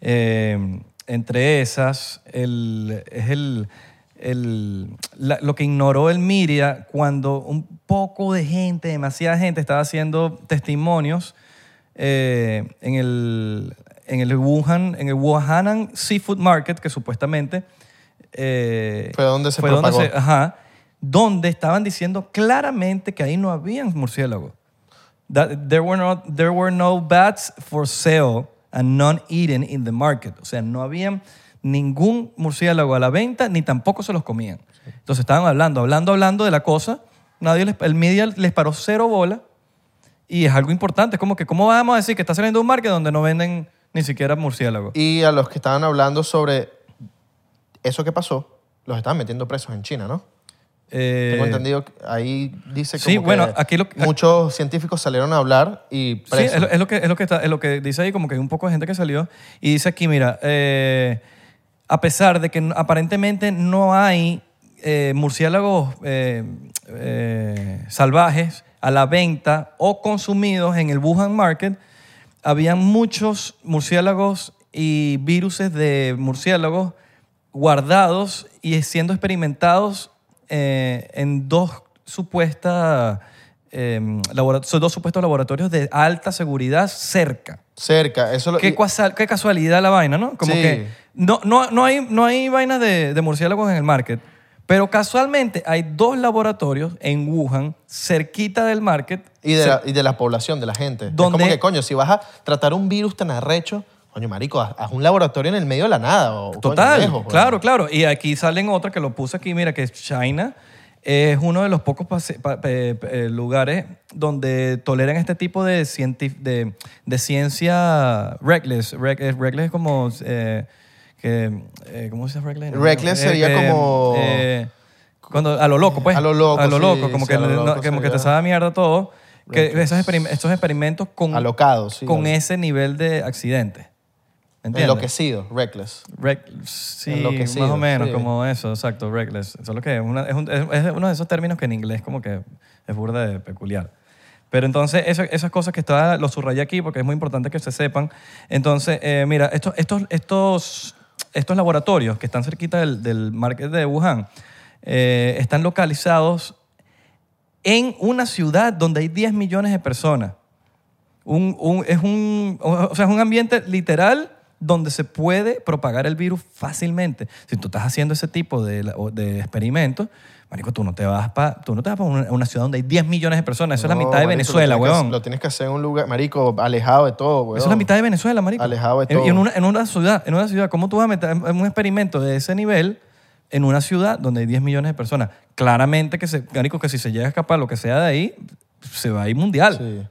[SPEAKER 1] Eh, entre esas, el, es el, el- la- lo que ignoró el Miria cuando un poco de gente, demasiada gente, estaba haciendo testimonios eh, en el en el Wuhan, en el Wuhanan Seafood Market, que supuestamente eh,
[SPEAKER 2] Fue donde se
[SPEAKER 1] fue donde
[SPEAKER 2] propagó.
[SPEAKER 1] se- ajá, donde estaban diciendo claramente que ahí no habían murciélagos. That there, were not, there were no bats for sale and none eaten in the market. O sea, no habían ningún murciélago a la venta ni tampoco se los comían. Entonces estaban hablando, hablando, hablando de la cosa. Nadie les- el media les paró cero bola y es algo importante. Es como que, ¿cómo vamos a decir que está saliendo un market donde no venden ni siquiera murciélagos?
[SPEAKER 2] Y a los que estaban hablando sobre eso que pasó, los estaban metiendo presos en China, ¿no?
[SPEAKER 1] Eh,
[SPEAKER 2] Tengo entendido, que ahí dice como
[SPEAKER 1] sí,
[SPEAKER 2] que
[SPEAKER 1] bueno, aquí lo-
[SPEAKER 2] muchos científicos salieron a hablar y
[SPEAKER 1] Sí,
[SPEAKER 2] presos.
[SPEAKER 1] es lo, es lo que, es, lo que está- es lo que dice ahí, como que hay un poco de gente que salió y dice aquí, mira, eh, a pesar de que n- aparentemente no hay eh, murciélagos eh, eh, salvajes a la venta o consumidos en el Wuhan Market, habían muchos murciélagos y viruses de murciélagos guardados y siendo experimentados eh, en dos supuestas eh, labora- son dos supuestos laboratorios de alta seguridad cerca.
[SPEAKER 2] Cerca, eso lo...
[SPEAKER 1] Qué,
[SPEAKER 2] y-
[SPEAKER 1] cuasa- qué casualidad la vaina, ¿no? Como
[SPEAKER 2] Sí.
[SPEAKER 1] que no, no, no, hay, no hay vainas de, de murciélagos en el market, pero casualmente hay dos laboratorios en Wuhan, cerquita del market.
[SPEAKER 2] Y de,
[SPEAKER 1] cer-
[SPEAKER 2] la, y de la población, de la gente. Es
[SPEAKER 1] ¿Dónde?
[SPEAKER 2] como que, coño, si vas a tratar un virus tan arrecho, coño, marico, haz, haz un laboratorio en el medio de la nada. O, coño,
[SPEAKER 1] Total,
[SPEAKER 2] lejos, pues. weón.
[SPEAKER 1] claro, claro. Y aquí salen otras que lo puse aquí, mira, que China es uno de los pocos pase- pa- pe- pe- eh, lugares donde toleran este tipo de, cientif- de, de ciencia reckless. Rec- eh, reckless es como... eh, que, eh, ¿Cómo se dice reckless? eh,
[SPEAKER 2] Reckless sería como-
[SPEAKER 1] cuando, a lo loco, pues.
[SPEAKER 2] A lo loco,
[SPEAKER 1] A lo
[SPEAKER 2] sí,
[SPEAKER 1] loco, como,
[SPEAKER 2] sí,
[SPEAKER 1] que,
[SPEAKER 2] a lo
[SPEAKER 1] no-
[SPEAKER 2] loco
[SPEAKER 1] como que te
[SPEAKER 2] sería.
[SPEAKER 1] sabe a mierda todo. Que esos experim- estos experimentos con,
[SPEAKER 2] Alocado, sí.
[SPEAKER 1] con
[SPEAKER 2] al-
[SPEAKER 1] ese nivel de accidente. ¿Entiendes?
[SPEAKER 2] Enloquecido, reckless.
[SPEAKER 1] Rec- sí, más
[SPEAKER 2] Enloquecido,
[SPEAKER 1] o menos,
[SPEAKER 2] sí.
[SPEAKER 1] como eso, exacto, reckless. Solo que es, una- es un- es- es uno de esos términos que en inglés como que es burda de peculiar. Pero entonces, eso- esas cosas que está, lo subrayé aquí porque es muy importante que se sepan. Entonces, eh, mira, estos, estos, estos, estos laboratorios que están cerquita del, del market de Wuhan eh, están localizados en una ciudad donde hay 10 millones de personas. Un, un- es, un, o sea, es un ambiente literal donde se puede propagar el virus fácilmente. Si tú estás haciendo ese tipo de, la- o- de experimentos, marico, tú no te vas para no te vas pa una, una ciudad donde hay 10 millones de personas. Eso es la
[SPEAKER 2] No,
[SPEAKER 1] mitad de
[SPEAKER 2] marico,
[SPEAKER 1] Venezuela,
[SPEAKER 2] lo tienes que-
[SPEAKER 1] weón.
[SPEAKER 2] Lo tienes que hacer en un lugar, marico, alejado de todo, weón.
[SPEAKER 1] Eso es la mitad de Venezuela, marico.
[SPEAKER 2] Alejado de
[SPEAKER 1] En-
[SPEAKER 2] todo.
[SPEAKER 1] Y en una, en una ciudad, en una ciudad, ¿cómo tú vas a meter en en un experimento de ese nivel en una ciudad donde hay 10 millones de personas? Claramente que, se, marico, que si se llega a escapar lo que sea de ahí, se va a ir mundial.
[SPEAKER 2] Sí.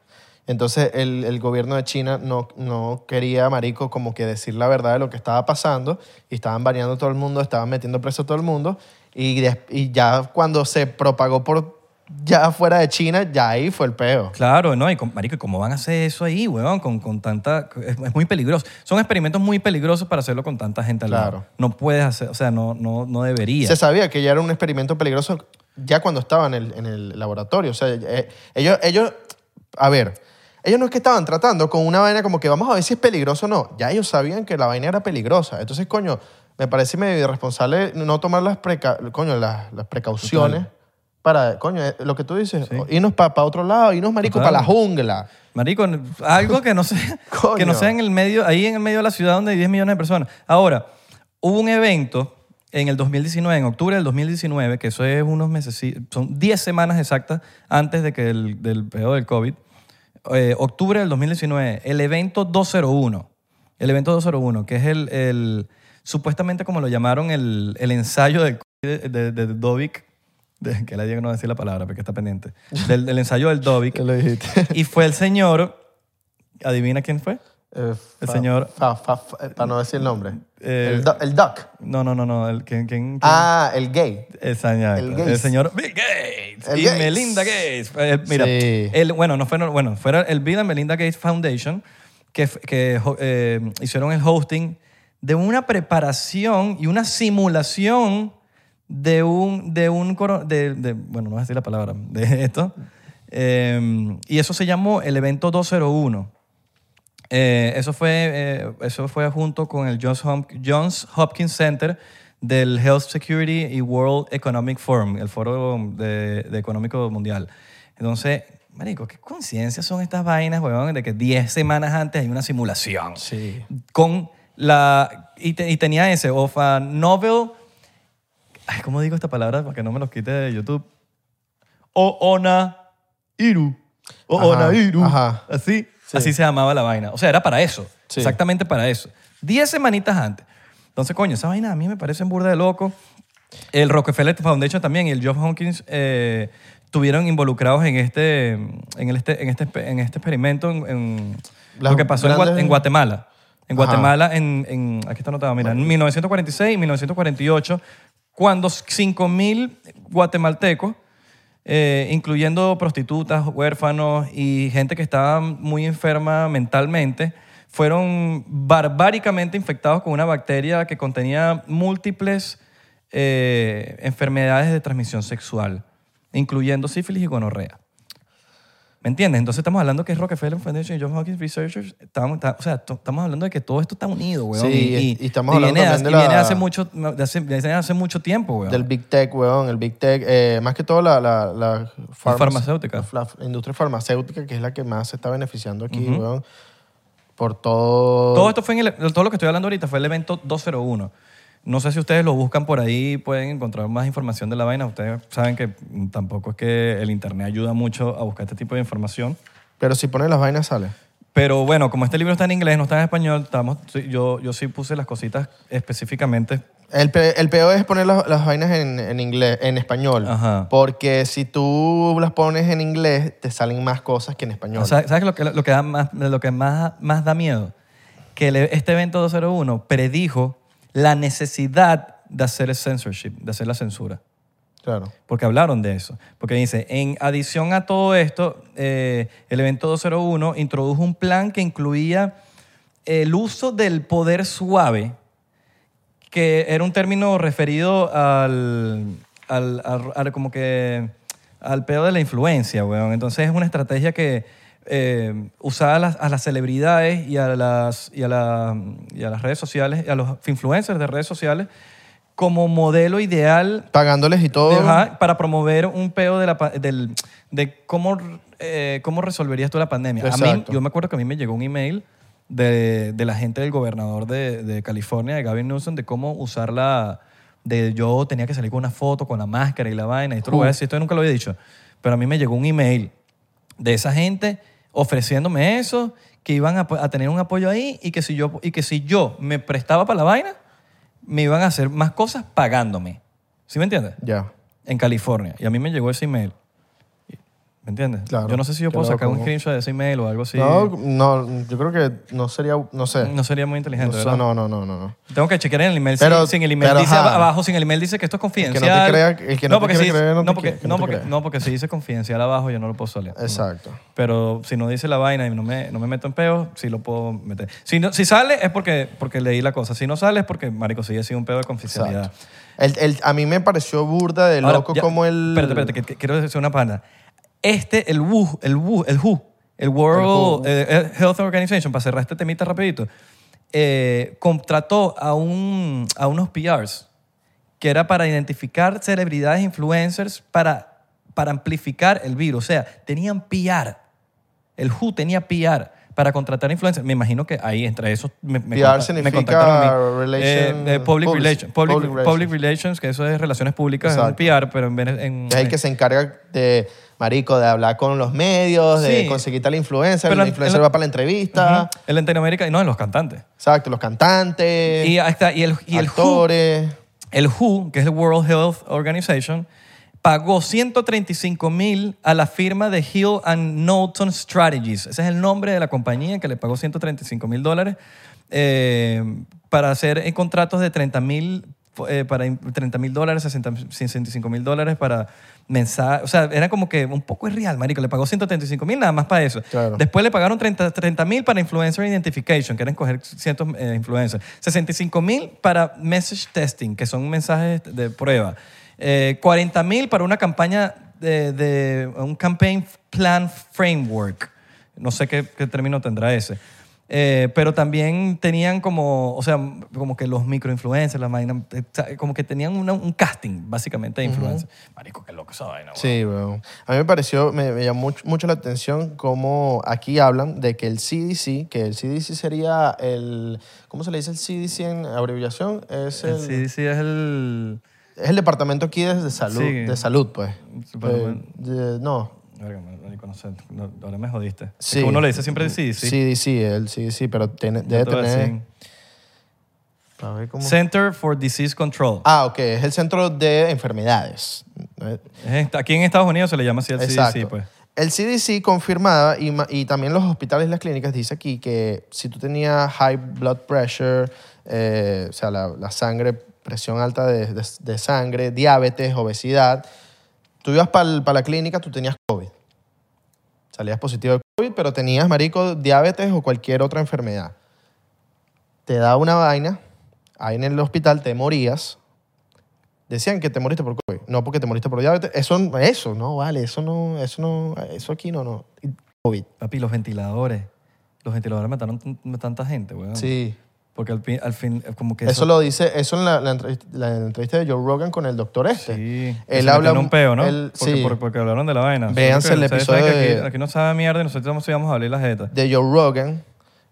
[SPEAKER 2] Entonces el, el gobierno de China no, no quería, marico, como que decir la verdad de lo que estaba pasando y estaban variando todo el mundo, estaban metiendo preso a todo el mundo y, des- y ya cuando se propagó por ya fuera de China, ya ahí fue el peo.
[SPEAKER 1] Claro, ¿no? Y, con- marico, ¿cómo van a hacer eso ahí, weón? Con, con tanta... Es, es muy peligroso. Son experimentos muy peligrosos para hacerlo con tanta gente al lado.
[SPEAKER 2] Claro.
[SPEAKER 1] No puedes hacer... O sea, no, no, no debería.
[SPEAKER 2] Se sabía que ya era un experimento peligroso ya cuando estaba en el, en el laboratorio. O sea, eh, ellos, ellos, a ver, ellos no es que estaban tratando con una vaina como que vamos a ver si es peligroso o no. Ya ellos sabían que la vaina era peligrosa. Entonces, coño, me parece medio irresponsable no tomar las, preca- coño, las, las precauciones para, coño, eh, lo que tú dices,
[SPEAKER 1] Sí.
[SPEAKER 2] irnos para otro lado, irnos, marico,
[SPEAKER 1] Total.
[SPEAKER 2] para la jungla.
[SPEAKER 1] Marico, algo que no sea,
[SPEAKER 2] Coño.
[SPEAKER 1] que no sea en el medio, ahí en el medio de la ciudad donde hay 10 millones de personas. Ahora, hubo un evento en el 2019, en octubre del 2019, que eso es unos meses, son 10 semanas exactas antes de que el, del peor del COVID. Eh, octubre del 2019, el evento 201. El evento 201, que es el, el- supuestamente como lo llamaron, el, el ensayo del COVID de, de, de Dovic, de- que la Diego no va a decir la palabra porque está pendiente, del, del ensayo del Dovic.
[SPEAKER 2] lo dijiste?
[SPEAKER 1] Y fue el señor, adivina quién fue.
[SPEAKER 2] Eh,
[SPEAKER 1] El señor-
[SPEAKER 2] para no decir el nombre.
[SPEAKER 1] Eh,
[SPEAKER 2] el, du- el duck.
[SPEAKER 1] No, no, no, no. El, ¿quién, quién, quién?
[SPEAKER 2] Ah, el gay.
[SPEAKER 1] Exacto.
[SPEAKER 2] el
[SPEAKER 1] El,
[SPEAKER 2] Gates.
[SPEAKER 1] señor Bill Gates
[SPEAKER 2] El
[SPEAKER 1] y
[SPEAKER 2] Gates.
[SPEAKER 1] Melinda Gates. Eh, mira,
[SPEAKER 2] Sí.
[SPEAKER 1] el- bueno, no fue, no- bueno, fuera el Bill and Melinda Gates Foundation que, f- que ho- eh, hicieron el hosting de una preparación y una simulación de un, de un, coro- de, de- bueno, no voy a decir la palabra, de esto. Eh, y eso se llamó el evento 201. Eh, eso, fue, eh, eso fue junto con el Johns, Hom- Johns Hopkins Center del Health Security y World Economic Forum, el Foro de, de Económico Mundial. Entonces, marico, ¿qué conciencias son estas vainas, huevón, de que 10 semanas antes hay una simulación?
[SPEAKER 2] Sí.
[SPEAKER 1] Con la... Y, te- y tenía ese, of a novel... Ay, ¿Cómo digo esta palabra para que no me los quite de YouTube? O ona iru. O
[SPEAKER 2] Ajá,
[SPEAKER 1] ona iru.
[SPEAKER 2] ajá.
[SPEAKER 1] Así, así se llamaba la vaina. O sea, era para eso.
[SPEAKER 2] Sí.
[SPEAKER 1] Exactamente para eso. Diez semanitas antes. Entonces, coño, esa vaina a mí me parece en burda de loco. El Rockefeller Foundation también y el John Hopkins eh, estuvieron involucrados en este, en el este, en este, en este experimento, en, en
[SPEAKER 2] Las
[SPEAKER 1] lo que pasó en, Gua-
[SPEAKER 2] grandes-
[SPEAKER 1] en Guatemala. En
[SPEAKER 2] Ajá.
[SPEAKER 1] Guatemala, en, en- aquí está anotado, mira, en 1946 y 1948, cuando 5.000 guatemaltecos eh, incluyendo prostitutas, huérfanos y gente que estaba muy enferma mentalmente, fueron barbáricamente infectados con una bacteria que contenía múltiples eh, enfermedades de transmisión sexual, incluyendo sífilis y gonorrea. ¿Me entiendes? Entonces estamos hablando que es Rockefeller Foundation y John Hopkins Researchers. Estamos, está- o sea, to- estamos hablando de que todo esto está unido, weón.
[SPEAKER 2] Sí, y estamos hablando
[SPEAKER 1] viene,
[SPEAKER 2] también de
[SPEAKER 1] y viene
[SPEAKER 2] la-
[SPEAKER 1] hace mucho, de hace, de hace mucho tiempo, weón.
[SPEAKER 2] Del Big Tech, weón, el Big Tech. eh, más que todo la, la, la farmac-
[SPEAKER 1] farmacéutica.
[SPEAKER 2] La, la industria farmacéutica, que es la que más se está beneficiando aquí, weón. Por todo.
[SPEAKER 1] Todo esto fue en el- todo lo que estoy hablando ahorita fue el evento 201. No sé si ustedes lo buscan por ahí, pueden encontrar más información de la vaina. Ustedes saben que mm, tampoco es que el internet ayuda mucho a buscar este tipo de información.
[SPEAKER 2] Pero si pones las vainas, sale.
[SPEAKER 1] Pero bueno, como este libro está en inglés, no está en español, estamos, sí, yo, yo sí puse las cositas específicamente.
[SPEAKER 2] El, pe- el peor es poner las, las vainas en, en inglés, en español.
[SPEAKER 1] Ajá.
[SPEAKER 2] Porque si tú las pones en inglés, te salen más cosas que en español.
[SPEAKER 1] O sea, ¿Sabes lo que, lo que, da más, lo que más, más da miedo? Que el- este evento 201 predijo la necesidad de hacer el censorship, de hacer la censura.
[SPEAKER 2] claro.
[SPEAKER 1] porque hablaron de eso. Porque dice, en adición a todo esto, eh, el evento 201 introdujo un plan que incluía el uso del poder suave, que era un término referido al, al, al- al- como que al pedo de la influencia, weón. Entonces es una estrategia que eh, usaba a las, a las celebridades y a las, y, a la- y a las redes sociales, y a los influencers de redes sociales como modelo ideal
[SPEAKER 2] Pagándoles y todo.
[SPEAKER 1] Ajá, para promover un peo de, la, pa- del, de cómo, eh, cómo resolverías tú la pandemia. A mí,
[SPEAKER 2] Exacto.
[SPEAKER 1] yo me acuerdo que a mí me llegó un email de, de la gente del gobernador de, de California, de Gavin Newsom, de cómo usarla. De yo tenía que salir con una foto, con la máscara y la vaina. Y esto, lo voy a decir, esto nunca lo había dicho. Pero a mí me llegó un email de esa gente ofreciéndome eso, que iban a, a tener un apoyo ahí y que, si yo, y que si yo me prestaba para la vaina, me iban a hacer más cosas pagándome. ¿Sí me entiendes?
[SPEAKER 2] Ya.
[SPEAKER 1] en California. Y a mí me llegó ese email. ¿Me entiendes?
[SPEAKER 2] Claro.
[SPEAKER 1] Yo no sé si yo puedo
[SPEAKER 2] Claro,
[SPEAKER 1] sacar un
[SPEAKER 2] como-
[SPEAKER 1] screenshot de ese email o algo así.
[SPEAKER 2] No,
[SPEAKER 1] No,
[SPEAKER 2] no, yo creo que no sería, no sé. No,
[SPEAKER 1] sería muy inteligente,
[SPEAKER 2] sé,
[SPEAKER 1] ¿verdad?
[SPEAKER 2] no, no, no, no, no.
[SPEAKER 1] Tengo que chequear en el email.
[SPEAKER 2] Pero-
[SPEAKER 1] si, si en el email
[SPEAKER 2] pero,
[SPEAKER 1] dice
[SPEAKER 2] ajá.
[SPEAKER 1] abajo, si en el email dice que esto es confidencial.
[SPEAKER 2] crea- el que no te
[SPEAKER 1] porque
[SPEAKER 2] quiere
[SPEAKER 1] si-
[SPEAKER 2] creer, no te
[SPEAKER 1] porque,
[SPEAKER 2] quiere- que no
[SPEAKER 1] no,
[SPEAKER 2] te
[SPEAKER 1] porque,
[SPEAKER 2] crea.
[SPEAKER 1] no, porque si dice confidencial abajo, yo no lo puedo salir.
[SPEAKER 2] Exacto.
[SPEAKER 1] Pero si no dice la vaina y no me, no me meto en peo, sí lo puedo meter. Si, no, si sale es porque, porque leí la cosa. Si no sale es porque, marico, sigue siendo un peo de confidencialidad.
[SPEAKER 2] Exacto. El- el- a mí me pareció burda de
[SPEAKER 1] Ahora,
[SPEAKER 2] loco
[SPEAKER 1] ya,
[SPEAKER 2] como el...
[SPEAKER 1] Espérate, espérate, que, que quiero decir una pana. Este, el WHO, el WHO, el WHO, el World eh, eh, Health Organization, para cerrar este temita rapidito, eh, contrató a, un, a unos PRs que era para identificar celebridades influencers para, para amplificar el virus. O sea, tenían PR. El WHO tenía PR para contratar influencers. Me imagino que ahí, entre esos, me, me,
[SPEAKER 2] PR
[SPEAKER 1] conta- me
[SPEAKER 2] significa
[SPEAKER 1] contactaron a mí.
[SPEAKER 2] relation-
[SPEAKER 1] Eh, eh, public,
[SPEAKER 2] public-
[SPEAKER 1] relations, public,
[SPEAKER 2] public relations.
[SPEAKER 1] public relations, que eso es relaciones públicas, es un
[SPEAKER 2] Exacto.
[SPEAKER 1] PR, pero en, Vene- en-
[SPEAKER 2] Es el que se encarga de, marico, de hablar con los medios, de
[SPEAKER 1] Sí.
[SPEAKER 2] conseguir tal influencer,
[SPEAKER 1] Pero
[SPEAKER 2] el
[SPEAKER 1] en-
[SPEAKER 2] influencer
[SPEAKER 1] en-
[SPEAKER 2] va para la entrevista,
[SPEAKER 1] Ujú, en Latinoamérica y no en los cantantes.
[SPEAKER 2] exacto, los cantantes,
[SPEAKER 1] Y, ahí está, y el, y el WHO,
[SPEAKER 2] Eh, actores.
[SPEAKER 1] el WHO, que es el World Health Organization, pagó 135 mil a la firma de Hill and Knowlton Strategies. Ese es el nombre de la compañía que le pagó 135 mil dólares eh, para hacer eh, contratos de 30 mil eh, para in- 30 mil dólares, 60 65 mil dólares para mensajes. O sea, era como que un poco es real, marico. Le pagó 135 mil nada más para eso.
[SPEAKER 2] Claro.
[SPEAKER 1] Después le pagaron 30 mil para influencer identification, que eran coger ciertos eh, influencers. 65 mil para message testing, que son mensajes de prueba. Eh, 40 mil para una campaña de, de un campaign plan framework. No sé qué, qué término tendrá ese. Eh, pero también tenían como, o sea, como que los microinfluencers, la vaina, eh, sa- como que tenían una- un casting, básicamente, de influencers. Marico, qué loco esa vaina. weón.
[SPEAKER 2] Sí, weón. A mí me pareció, me, me llamó mucho, mucho la atención cómo aquí hablan de que el CDC, que el CDC sería el, ¿cómo se le dice el CDC en abreviación? Es el,
[SPEAKER 1] El CDC es el...
[SPEAKER 2] es el departamento aquí de, de salud,
[SPEAKER 1] Sí.
[SPEAKER 2] de salud, pues.
[SPEAKER 1] Súper
[SPEAKER 2] Eh,
[SPEAKER 1] bueno.
[SPEAKER 2] de- no,
[SPEAKER 1] Verga, marico, no sé, no- ahora me jodiste. Es
[SPEAKER 2] Sí.
[SPEAKER 1] que uno le dice siempre sí, sí.
[SPEAKER 2] CDC, el CDC, pero tiene-
[SPEAKER 1] Ya
[SPEAKER 2] debe
[SPEAKER 1] te voy a
[SPEAKER 2] tener...
[SPEAKER 1] decir.
[SPEAKER 2] a ver cómo-
[SPEAKER 1] Center for Disease Control.
[SPEAKER 2] Ah, ok, es el centro de enfermedades. Eh,
[SPEAKER 1] Es en- Aquí en Estados Unidos se le llama así el CDC, pues.
[SPEAKER 2] El CDC confirmada y, ma- y también los hospitales y las clínicas dice aquí que si tú tenías high blood pressure, eh, o sea, la, la sangre, presión alta de, de- de sangre, diabetes, obesidad, tú ibas para la clínica, tú tenías COVID. Salías positivo de COVID, pero tenías, marico, diabetes o cualquier otra enfermedad. Te da una vaina, ahí en el hospital te morías, decían que te moriste por COVID. No porque te moriste por diabetes. Eso, eso no vale. Eso no, eso no, eso aquí no, no. Y COVID.
[SPEAKER 1] Papi, los ventiladores. Los ventiladores mataron t- tanta gente, weón.
[SPEAKER 2] Sí.
[SPEAKER 1] Porque al, pi- al fin, eh, como que
[SPEAKER 2] Eso lo dice, eso en la, la entrevista, la entrevista de Joe Rogan con el doctor este.
[SPEAKER 1] Sí.
[SPEAKER 2] Él
[SPEAKER 1] Él habla
[SPEAKER 2] habla
[SPEAKER 1] un peo, ¿no?
[SPEAKER 2] él-
[SPEAKER 1] porque,
[SPEAKER 2] sí.
[SPEAKER 1] por- porque hablaron de la vaina.
[SPEAKER 2] Véanse
[SPEAKER 1] Solo que
[SPEAKER 2] el
[SPEAKER 1] ustedes saben
[SPEAKER 2] episodio
[SPEAKER 1] que Aquí,
[SPEAKER 2] de-
[SPEAKER 1] aquí no sabe mierda y nosotros íbamos a abrir la jeta.
[SPEAKER 2] De Joe Rogan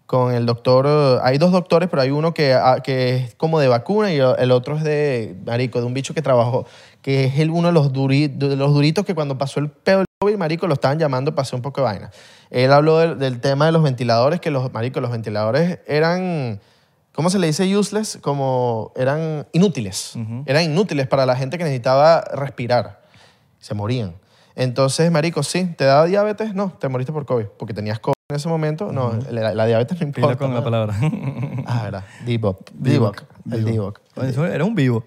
[SPEAKER 2] con el doctor. eh, Hay dos doctores, pero hay uno que, ah, que es como de vacuna y el otro es de, marico, de un bicho que trabajó, que es el, uno de los, duri- de los duritos que cuando pasó el peo del COVID, marico, lo estaban llamando para hacer un poco de vaina. Él habló del, del tema de los ventiladores, que los, marico, los ventiladores eran... ¿Cómo se le dice useless? Como eran inútiles. Eran inútiles para la gente que necesitaba respirar. Se morían. Entonces, marico, sí, ¿te da diabetes? No, te moriste por COVID. Porque tenías COVID en ese momento. No, la, la diabetes no
[SPEAKER 1] Pila
[SPEAKER 2] importa.
[SPEAKER 1] con la
[SPEAKER 2] ¿no?
[SPEAKER 1] palabra.
[SPEAKER 2] Ah, verdad. Divoc. Divoc. El Divoc.
[SPEAKER 1] Oye, eso Era un vivo.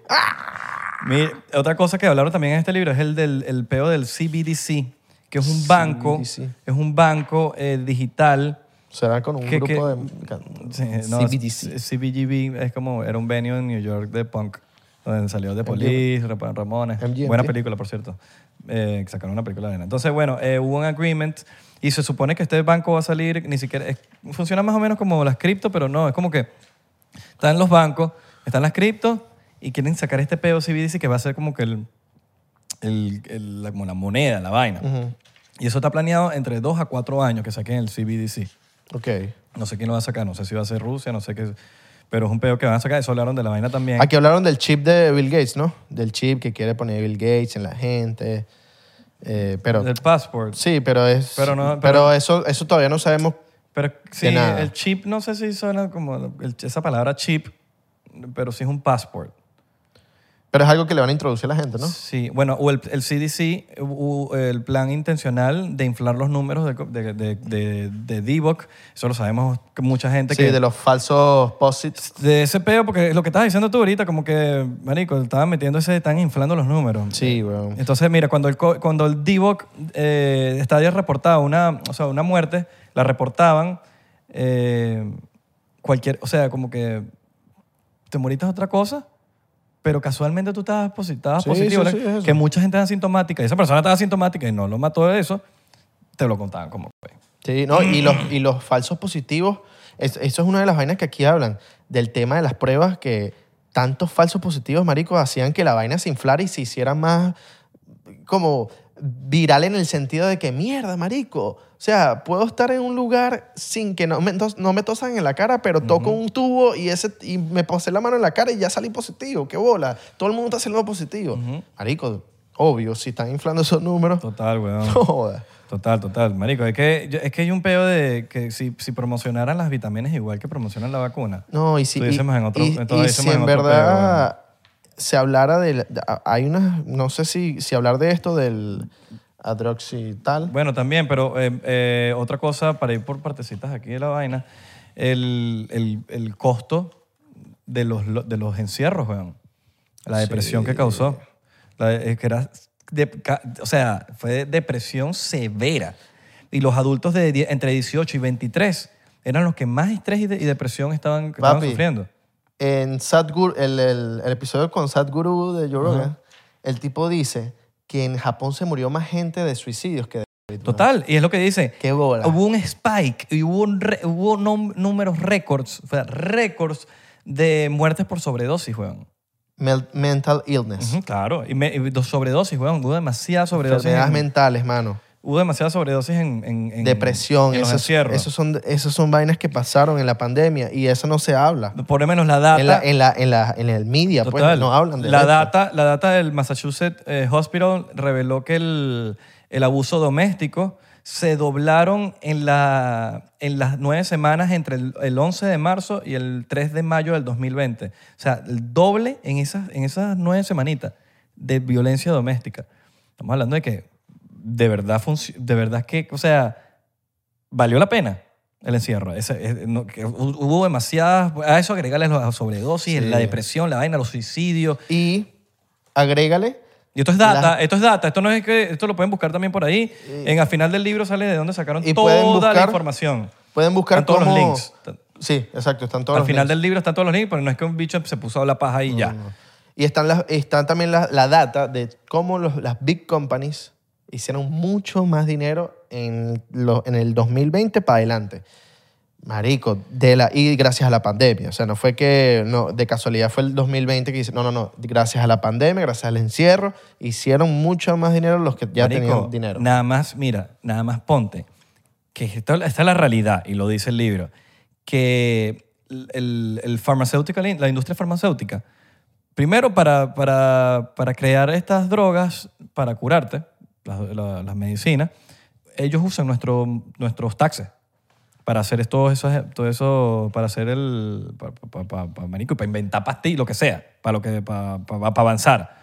[SPEAKER 1] Mi- otra cosa que hablaron también en este libro es el del el peo del CBDC, que es un banco,
[SPEAKER 2] CBDC.
[SPEAKER 1] es un banco eh, digital.
[SPEAKER 2] Será con un
[SPEAKER 1] ¿Qué-
[SPEAKER 2] grupo
[SPEAKER 1] qué?
[SPEAKER 2] de...
[SPEAKER 1] Sí, no,
[SPEAKER 2] CBDC.
[SPEAKER 1] c- CBGB es como era un venue en New York de punk donde salió The Police, Ra- Ramones.
[SPEAKER 2] MGMT.
[SPEAKER 1] Buena película, por cierto. Eh, que sacaron una película de arena. Entonces, bueno, eh, hubo un agreement y se supone que este banco va a salir, ni siquiera, es- funciona más o menos como las cripto, pero no, es como que están los bancos, están las criptos y quieren sacar este pedo CBDC que va a ser como que el, el- el- la, como la moneda, la vaina. Y eso está planeado entre dos a cuatro años que saquen el CBDC.
[SPEAKER 2] Ok.
[SPEAKER 1] No sé quién lo va a sacar, no sé si va a ser Rusia, no sé qué. Pero es un pedo que van a sacar. Eso hablaron de la vaina también.
[SPEAKER 2] Aquí hablaron del chip de Bill Gates, ¿no? Del chip que quiere poner Bill Gates en la gente. Eh, pero
[SPEAKER 1] Del passport.
[SPEAKER 2] sí, pero es.
[SPEAKER 1] Pero no- pero-
[SPEAKER 2] eso, eso todavía no sabemos.
[SPEAKER 1] Pero sí,
[SPEAKER 2] De nada.
[SPEAKER 1] el chip, no sé si suena como el- esa palabra chip, pero sí es un passport.
[SPEAKER 2] Pero es algo que le van a introducir a la gente, ¿no?
[SPEAKER 1] Sí, bueno, o el, el CDC, u- u- el plan intencional de inflar los números de, co- de, de, de, de Divock, eso lo sabemos que mucha gente
[SPEAKER 2] Sí,
[SPEAKER 1] que...
[SPEAKER 2] de los falsos posits.
[SPEAKER 1] de ese peo, porque lo que estabas diciendo tú ahorita, como que, marico, estaban metiendo ese, están inflando los números.
[SPEAKER 2] Sí, weón.
[SPEAKER 1] Entonces, mira, cuando el, co- cuando el Divock eh, estaba reportado una, o sea, una muerte, la reportaban eh, cualquier, o sea, como que te moriste de otra cosa, pero casualmente tú estabas, posi- estabas
[SPEAKER 2] Sí,
[SPEAKER 1] positivo, ¿no?
[SPEAKER 2] sí, sí, es eso.
[SPEAKER 1] que mucha gente es asintomática, y esa persona estaba asintomática y no lo mató de eso, te lo contaban como que.
[SPEAKER 2] Sí, no, y los, y los falsos positivos, es- eso es una de las vainas que aquí hablan, del tema de las pruebas que tantos falsos positivos, marico, hacían que la vaina se inflara y se hiciera más como viral en el sentido de que, mierda, marico, o sea, puedo estar en un lugar sin que no me, tos- no me tosan en la cara, pero toco un tubo y, ese, y me pasé la mano en la cara y ya salí positivo, qué bola, todo el mundo está saliendo positivo. Marico, obvio, si están inflando esos números,
[SPEAKER 1] Total, weón.
[SPEAKER 2] no jodas.
[SPEAKER 1] Total, total, marico. Es que, yo- es que hay un peo de que si, si promocionaran las vitaminas igual que promocionan la vacuna.
[SPEAKER 2] No, y si, y,
[SPEAKER 1] Estuviésemos en otro-
[SPEAKER 2] y-
[SPEAKER 1] entonces
[SPEAKER 2] y
[SPEAKER 1] estuviésemos
[SPEAKER 2] si en,
[SPEAKER 1] en otro
[SPEAKER 2] verdad se hablara de, la- de- a- Hay unas... No sé si, si hablar de esto del adroxy tal.
[SPEAKER 1] Bueno, también, pero eh, eh, otra cosa, para ir por partecitas aquí de la vaina, el, el- el costo de los, lo- de los encierros, weón. La depresión que causó. La de- es que era de- ca- o sea, fue depresión severa. Y los adultos de die- entre 18 y 23 eran los que más estrés y, de- y depresión estaban, estaban
[SPEAKER 2] Papi.
[SPEAKER 1] sufriendo.
[SPEAKER 2] En Sadhguru, el, el- el episodio con Sadhguru de Joe Rogan, el tipo dice que en Japón se murió más gente de suicidios que de...
[SPEAKER 1] Total, y es lo que dice.
[SPEAKER 2] ¡Qué bola!
[SPEAKER 1] Hubo un spike y hubo, un re- hubo nom- números récords, o sea, récords de muertes por sobredosis, weón.
[SPEAKER 2] Mel- mental illness.
[SPEAKER 1] Ujú, claro, y, me- y dos sobredosis, weón. Hubo demasiada sobredosis.
[SPEAKER 2] Enfermedades
[SPEAKER 1] En,
[SPEAKER 2] mentales, mano.
[SPEAKER 1] hubo demasiada sobredosis en, en- en-
[SPEAKER 2] Depresión.
[SPEAKER 1] en los
[SPEAKER 2] Esas,
[SPEAKER 1] encierros.
[SPEAKER 2] esos son, esos son vainas que pasaron en la pandemia y eso no se habla.
[SPEAKER 1] Por lo menos la data.
[SPEAKER 2] En, la, en, la, en, la, en el media, pues,
[SPEAKER 1] Total.
[SPEAKER 2] no hablan de
[SPEAKER 1] la
[SPEAKER 2] eso.
[SPEAKER 1] data, la data del Massachusetts eh, Hospital reveló que el, el abuso doméstico se doblaron en, la, en las nueve semanas entre el, el 11 de marzo y el 3 de mayo del 2020. O sea, el doble en esas, en esas nueve semanitas de violencia doméstica. Estamos hablando de que de verdad, funci- de verdad que, o sea, valió la pena el encierro. Ese- es- no, que hu- hubo demasiadas... A eso agregarles las sobredosis,
[SPEAKER 2] Sí.
[SPEAKER 1] la depresión, la vaina, los suicidios.
[SPEAKER 2] Y agrégale,
[SPEAKER 1] Y esto es data,
[SPEAKER 2] Las-
[SPEAKER 1] esto es data. Esto no es que... Esto lo pueden buscar también por ahí. en al final del libro sale de dónde sacaron
[SPEAKER 2] Y pueden
[SPEAKER 1] toda la
[SPEAKER 2] buscar-
[SPEAKER 1] información.
[SPEAKER 2] pueden buscar
[SPEAKER 1] Están todos los
[SPEAKER 2] cómo-
[SPEAKER 1] links.
[SPEAKER 2] Sí, exacto, están todos
[SPEAKER 1] al
[SPEAKER 2] los
[SPEAKER 1] final
[SPEAKER 2] links.
[SPEAKER 1] del libro están todos los links, pero no es que un bicho se puso a hablar paja y ya.
[SPEAKER 2] Y están, las, están también la, la data de cómo los, las big companies hicieron mucho más dinero en, lo- en el 2020 para adelante. Marico, de la, y gracias a la pandemia. O sea, no fue que no, de casualidad fue el 2020 que dice, no, no, no, gracias a la pandemia, gracias al encierro, hicieron mucho más dinero los que Eh, ya
[SPEAKER 1] Marico,
[SPEAKER 2] tenían dinero.
[SPEAKER 1] Nada más, mira, nada más ponte. Que esta, esta es la realidad, y lo dice el libro, que el, el- el pharmaceutical in- la industria farmacéutica, primero para, para, para crear estas drogas, para curarte, las la- las medicinas, ellos usan nuestro, nuestros taxes para hacer todos esos, todo eso, para hacer el, para, marico, y para inventar pastillas, lo que sea, para lo que, para, para, para avanzar.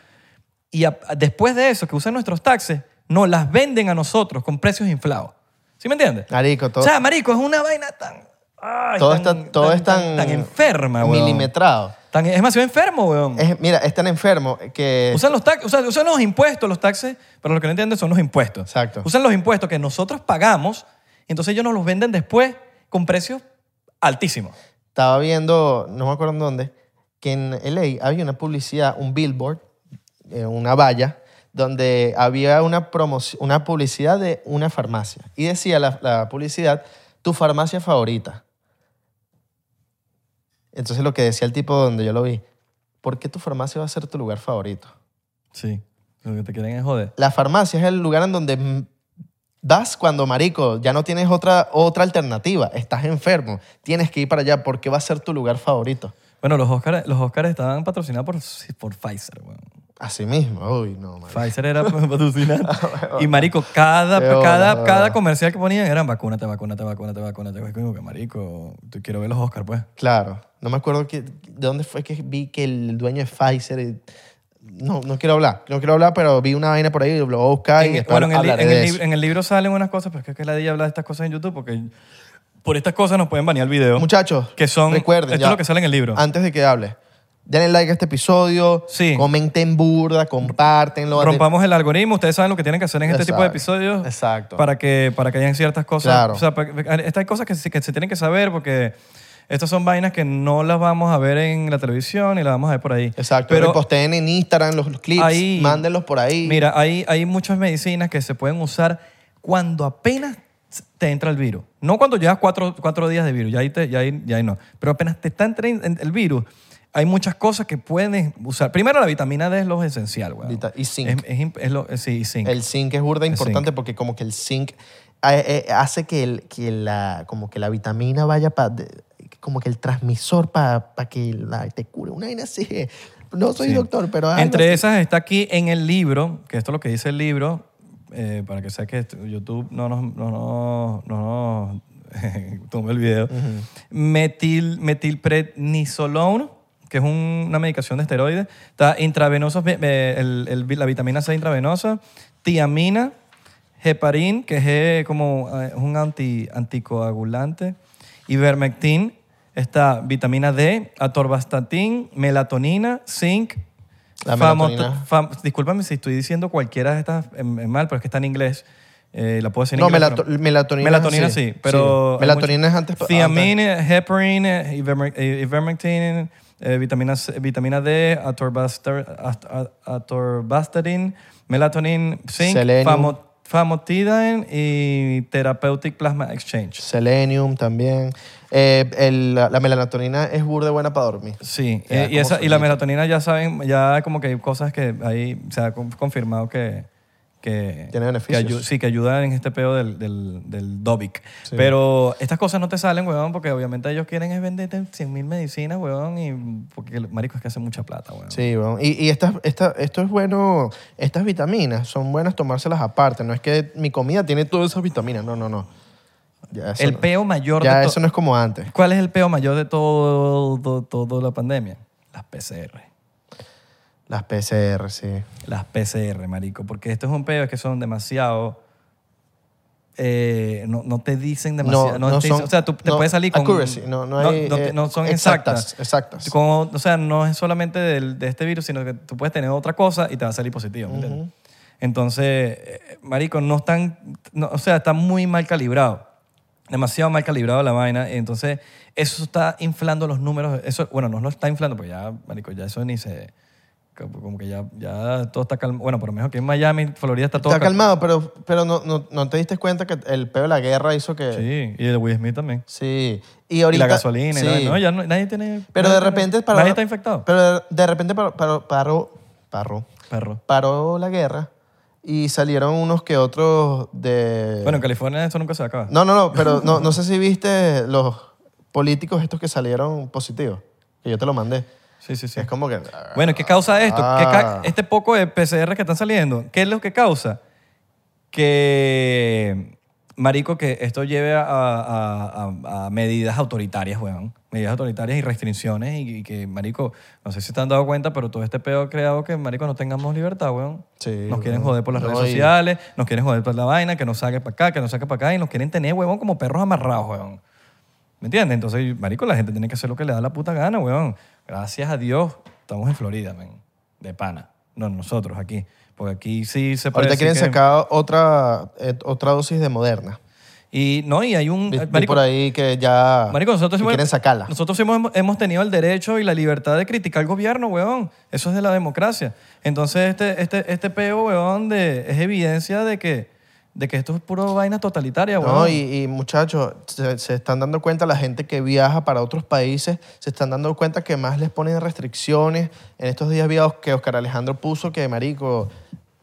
[SPEAKER 1] Y a- a- después de eso, que usan nuestros taxes, no las venden a nosotros con precios inflados. ¿Sí me entiendes?
[SPEAKER 2] Marico, Ah, todo,
[SPEAKER 1] o sea, marico, es una vaina tan... ay,
[SPEAKER 2] todo,
[SPEAKER 1] tan-
[SPEAKER 2] está, todo
[SPEAKER 1] tan-
[SPEAKER 2] es tan,
[SPEAKER 1] tan enferma, weón.
[SPEAKER 2] Milimetrado.
[SPEAKER 1] Tan- es demasiado enfermo, weón.
[SPEAKER 2] Es- mira, es tan enfermo que...
[SPEAKER 1] Usan los, tax- usan, usan los impuestos, los taxes, pero lo que no entienden son los impuestos.
[SPEAKER 2] Exacto.
[SPEAKER 1] Usan los impuestos que nosotros pagamos, entonces ellos nos los venden después con precios altísimos.
[SPEAKER 2] estaba viendo, no me acuerdo en dónde, que en LA había una publicidad, un billboard, eh, una valla, donde había una, promoci- una publicidad de una farmacia. Y decía la, la publicidad, tu farmacia favorita. Entonces lo que decía el tipo donde yo lo vi, ¿por qué tu farmacia va a ser tu lugar favorito?
[SPEAKER 1] Sí. Lo que te quieren es joder.
[SPEAKER 2] La farmacia es el lugar en donde mm, vas cuando, marico, ya no tienes otra, otra alternativa. Estás enfermo. Tienes que ir para allá porque va a ser tu lugar favorito.
[SPEAKER 1] Bueno, los Oscars los Oscars estaban patrocinados por, por Pfizer, weón.
[SPEAKER 2] Así mismo. Uy, no, marico.
[SPEAKER 1] Pfizer era patrocinado. y marico, cada,
[SPEAKER 2] Qué bola,
[SPEAKER 1] cada,
[SPEAKER 2] weón.
[SPEAKER 1] cada comercial que ponían eran vacúnate, vacúnate, vacúnate, vacúnate. Es como que marico, te quiero ver los Oscars, pues.
[SPEAKER 2] Claro. No me acuerdo que- de dónde fue que vi que el dueño de Pfizer... eh, No, no quiero hablar. No quiero hablar, pero vi una vaina por ahí, lo voy a buscar y
[SPEAKER 1] En-
[SPEAKER 2] después
[SPEAKER 1] bueno, en el, li-
[SPEAKER 2] hablaré
[SPEAKER 1] en
[SPEAKER 2] de
[SPEAKER 1] el
[SPEAKER 2] eso.
[SPEAKER 1] lib- en el libro salen unas cosas, pero es que- que la día habla de estas cosas en YouTube porque por estas cosas nos pueden banear el video.
[SPEAKER 2] Muchachos,
[SPEAKER 1] que son,
[SPEAKER 2] recuerden,
[SPEAKER 1] esto
[SPEAKER 2] ya,
[SPEAKER 1] es lo que sale en el libro.
[SPEAKER 2] antes de que hable, denle like a este episodio,
[SPEAKER 1] Sí.
[SPEAKER 2] comenten burda, compártenlo.
[SPEAKER 1] Rompamos el algoritmo, ustedes saben lo que tienen que hacer en este tipo de
[SPEAKER 2] Exacto,
[SPEAKER 1] episodios
[SPEAKER 2] exacto.
[SPEAKER 1] para que para que hayan ciertas cosas.
[SPEAKER 2] Claro.
[SPEAKER 1] O sea, pa- pa- estas hay cosas que se, que se tienen que saber porque estas son vainas que no las vamos a ver en la televisión y las vamos a ver por ahí.
[SPEAKER 2] Exacto,
[SPEAKER 1] Pero
[SPEAKER 2] reposteen en Instagram los, los clips,
[SPEAKER 1] Ahí-
[SPEAKER 2] mándenlos por ahí.
[SPEAKER 1] mira, hay, hay muchas medicinas que se pueden usar cuando apenas te entra el virus. No cuando llevas cuatro, cuatro días de virus, ya ahí, te- ya ahí- ya ahí no. Pero apenas te está entrando el virus, hay muchas cosas que pueden usar. Primero, la vitamina D es lo esencial, güey.
[SPEAKER 2] Vita- y zinc.
[SPEAKER 1] Es, es imp- es lo, sí, y zinc.
[SPEAKER 2] El zinc es burda
[SPEAKER 1] El
[SPEAKER 2] importante porque como que el zinc eh, eh, hace que, el- que la, como que la vitamina vaya para... Como que el transmisor para que la, te cure una vaina así. No soy
[SPEAKER 1] Sí.
[SPEAKER 2] doctor, pero... algo
[SPEAKER 1] Entre
[SPEAKER 2] así.
[SPEAKER 1] esas está aquí en el libro, que esto es lo que dice el libro, eh, para que sepas que esto- YouTube no nos, no, nos- no nos tome el video. Metil, metilprednisolone, que es un- una medicación de esteroides. Está intravenosos, eh, eh, el- el- la vitamina C intravenosa, tiamina, heparin, que es eh, como eh, un anti, anticoagulante, ivermectin, está vitamina D, atorvastatin, melatonina, zinc,
[SPEAKER 2] La
[SPEAKER 1] Famo-
[SPEAKER 2] melatonina.
[SPEAKER 1] fam- discúlpame si estoy diciendo cualquiera de estas em, em, mal, pero es que está en inglés. Eh, la puedo decir en
[SPEAKER 2] No,
[SPEAKER 1] inglés.
[SPEAKER 2] melato-
[SPEAKER 1] pero-
[SPEAKER 2] melatonina es
[SPEAKER 1] Melatonina
[SPEAKER 2] así.
[SPEAKER 1] sí, pero.
[SPEAKER 2] Sí. Melatonina es antes-
[SPEAKER 1] Thiamine, heparin, eh, ivermec- eh, ivermectin, eh, vitamina, C- vitamina D, atorvastar- at- at- atorvastatin, melatonin, zinc,
[SPEAKER 2] Selenium.
[SPEAKER 1] famo- famotidine y therapeutic plasma exchange.
[SPEAKER 2] Selenium también. Eh, el- la, la melatonina es burda buena para dormir.
[SPEAKER 1] Sí,
[SPEAKER 2] Te da
[SPEAKER 1] eh, y,
[SPEAKER 2] como
[SPEAKER 1] esa, y la
[SPEAKER 2] sueñito.
[SPEAKER 1] melatonina ya saben, ya como que hay cosas que ahí se ha con- confirmado que... que
[SPEAKER 2] Tiene
[SPEAKER 1] Que ayu-
[SPEAKER 2] beneficios.
[SPEAKER 1] sí, que ayudan en este peo del, del, del Dobic. Pero estas cosas no te salen, weón, porque obviamente ellos quieren es venderte 100 mil medicinas, weón, y porque, marico, es que hace mucha plata, weón.
[SPEAKER 2] Sí, weón. y, y estas, esta- esto es bueno, estas vitaminas son buenas tomárselas aparte, no es que mi comida tiene todas esas vitaminas, no, no, no. Ya eso
[SPEAKER 1] El
[SPEAKER 2] no-
[SPEAKER 1] peo mayor
[SPEAKER 2] ya
[SPEAKER 1] de
[SPEAKER 2] eso
[SPEAKER 1] todo...
[SPEAKER 2] no es como antes.
[SPEAKER 1] ¿Cuál es el peo mayor de todo, todo, toda la pandemia? Las PCR.
[SPEAKER 2] Las PCR, sí.
[SPEAKER 1] Las PCR, marico. Porque esto es un peo, es que son demasiado. eh, no, no te dicen demasiado.
[SPEAKER 2] no
[SPEAKER 1] te dicen-
[SPEAKER 2] son-
[SPEAKER 1] o sea, tú te
[SPEAKER 2] no,
[SPEAKER 1] puedes salir con.
[SPEAKER 2] accuracy, no- no hay,
[SPEAKER 1] te-
[SPEAKER 2] eh,
[SPEAKER 1] no son exactas.
[SPEAKER 2] exactas, exactas.
[SPEAKER 1] Como- o sea, no es solamente del- de este virus, sino que tú puedes tener otra cosa y te va a salir positivo. ¿me entiendes? Entonces, eh, marico, no están. no, o sea, está muy mal calibrado. Demasiado mal calibrado la vaina. Entonces, eso está inflando los números. Eso, bueno, no lo está inflando, pues ya, marico, ya eso ni se. Como como que ya, ya todo está calmado. Bueno, por lo menos que en Miami, Florida está todo
[SPEAKER 2] Está calmado, pero, pero no, no, no te diste cuenta que el peo de la guerra hizo que... Sí.
[SPEAKER 1] Sí, y el Will Smith también.
[SPEAKER 2] Y ahorita...
[SPEAKER 1] y la gasolina. y la-
[SPEAKER 2] sí.
[SPEAKER 1] no, ya no- nadie tiene.
[SPEAKER 2] Pero
[SPEAKER 1] nadie
[SPEAKER 2] de
[SPEAKER 1] tiene-
[SPEAKER 2] repente... paró-
[SPEAKER 1] Nadie está infectado.
[SPEAKER 2] Pero de, de repente paró, paró, paró, paró,
[SPEAKER 1] Perro.
[SPEAKER 2] paró la guerra y salieron unos que otros de...
[SPEAKER 1] Bueno, en California eso nunca se acaba.
[SPEAKER 2] No, no, no, pero no, no sé si viste los políticos estos que salieron positivos, que yo te lo mandé.
[SPEAKER 1] Sí, sí, sí.
[SPEAKER 2] Es como que...
[SPEAKER 1] Bueno, ¿qué causa esto? ¿Qué ca-
[SPEAKER 2] Ah.
[SPEAKER 1] este poco de PCR que están saliendo, ¿qué es lo que causa? Que, marico, que esto lleve a, a- a- a medidas autoritarias, weón. Medidas autoritarias y restricciones y, y que, marico, no sé si te han dado cuenta, pero todo este pedo ha creado que, marico, no tengamos libertad, weón.
[SPEAKER 2] Sí,
[SPEAKER 1] nos quieren
[SPEAKER 2] weón.
[SPEAKER 1] joder por las
[SPEAKER 2] No,
[SPEAKER 1] redes
[SPEAKER 2] y-
[SPEAKER 1] sociales, nos quieren joder por la vaina, que nos saque para acá, que nos saque para acá y nos quieren tener, weón, como perros amarrados, weón. ¿Me entiendes? Entonces, marico, la gente tiene que hacer lo que le da la puta gana, weón. Gracias a Dios, estamos en Florida, men. De pana. No, nosotros aquí. Porque aquí sí se puede
[SPEAKER 2] Ahorita
[SPEAKER 1] decir
[SPEAKER 2] quieren
[SPEAKER 1] que-
[SPEAKER 2] sacar otra, eh, otra dosis de Moderna.
[SPEAKER 1] Y no, y hay un...
[SPEAKER 2] Vi- vi
[SPEAKER 1] Mm, marico,
[SPEAKER 2] por ahí que ya
[SPEAKER 1] marico, nosotros
[SPEAKER 2] que
[SPEAKER 1] hemos-
[SPEAKER 2] Ah, quieren sacarla.
[SPEAKER 1] Nosotros hemos, hemos tenido el derecho y la libertad de criticar al gobierno, weón. Eso es de la democracia. Entonces, este, este, este peo, weón, de, es evidencia de que, de que esto es puro vaina totalitaria, weón.
[SPEAKER 2] No, y, y, muchachos, se, se están dando cuenta la gente que viaja para otros países, se están dando cuenta que más les ponen restricciones. En estos días vi a Os- que Oscar Alejandro puso que, marico,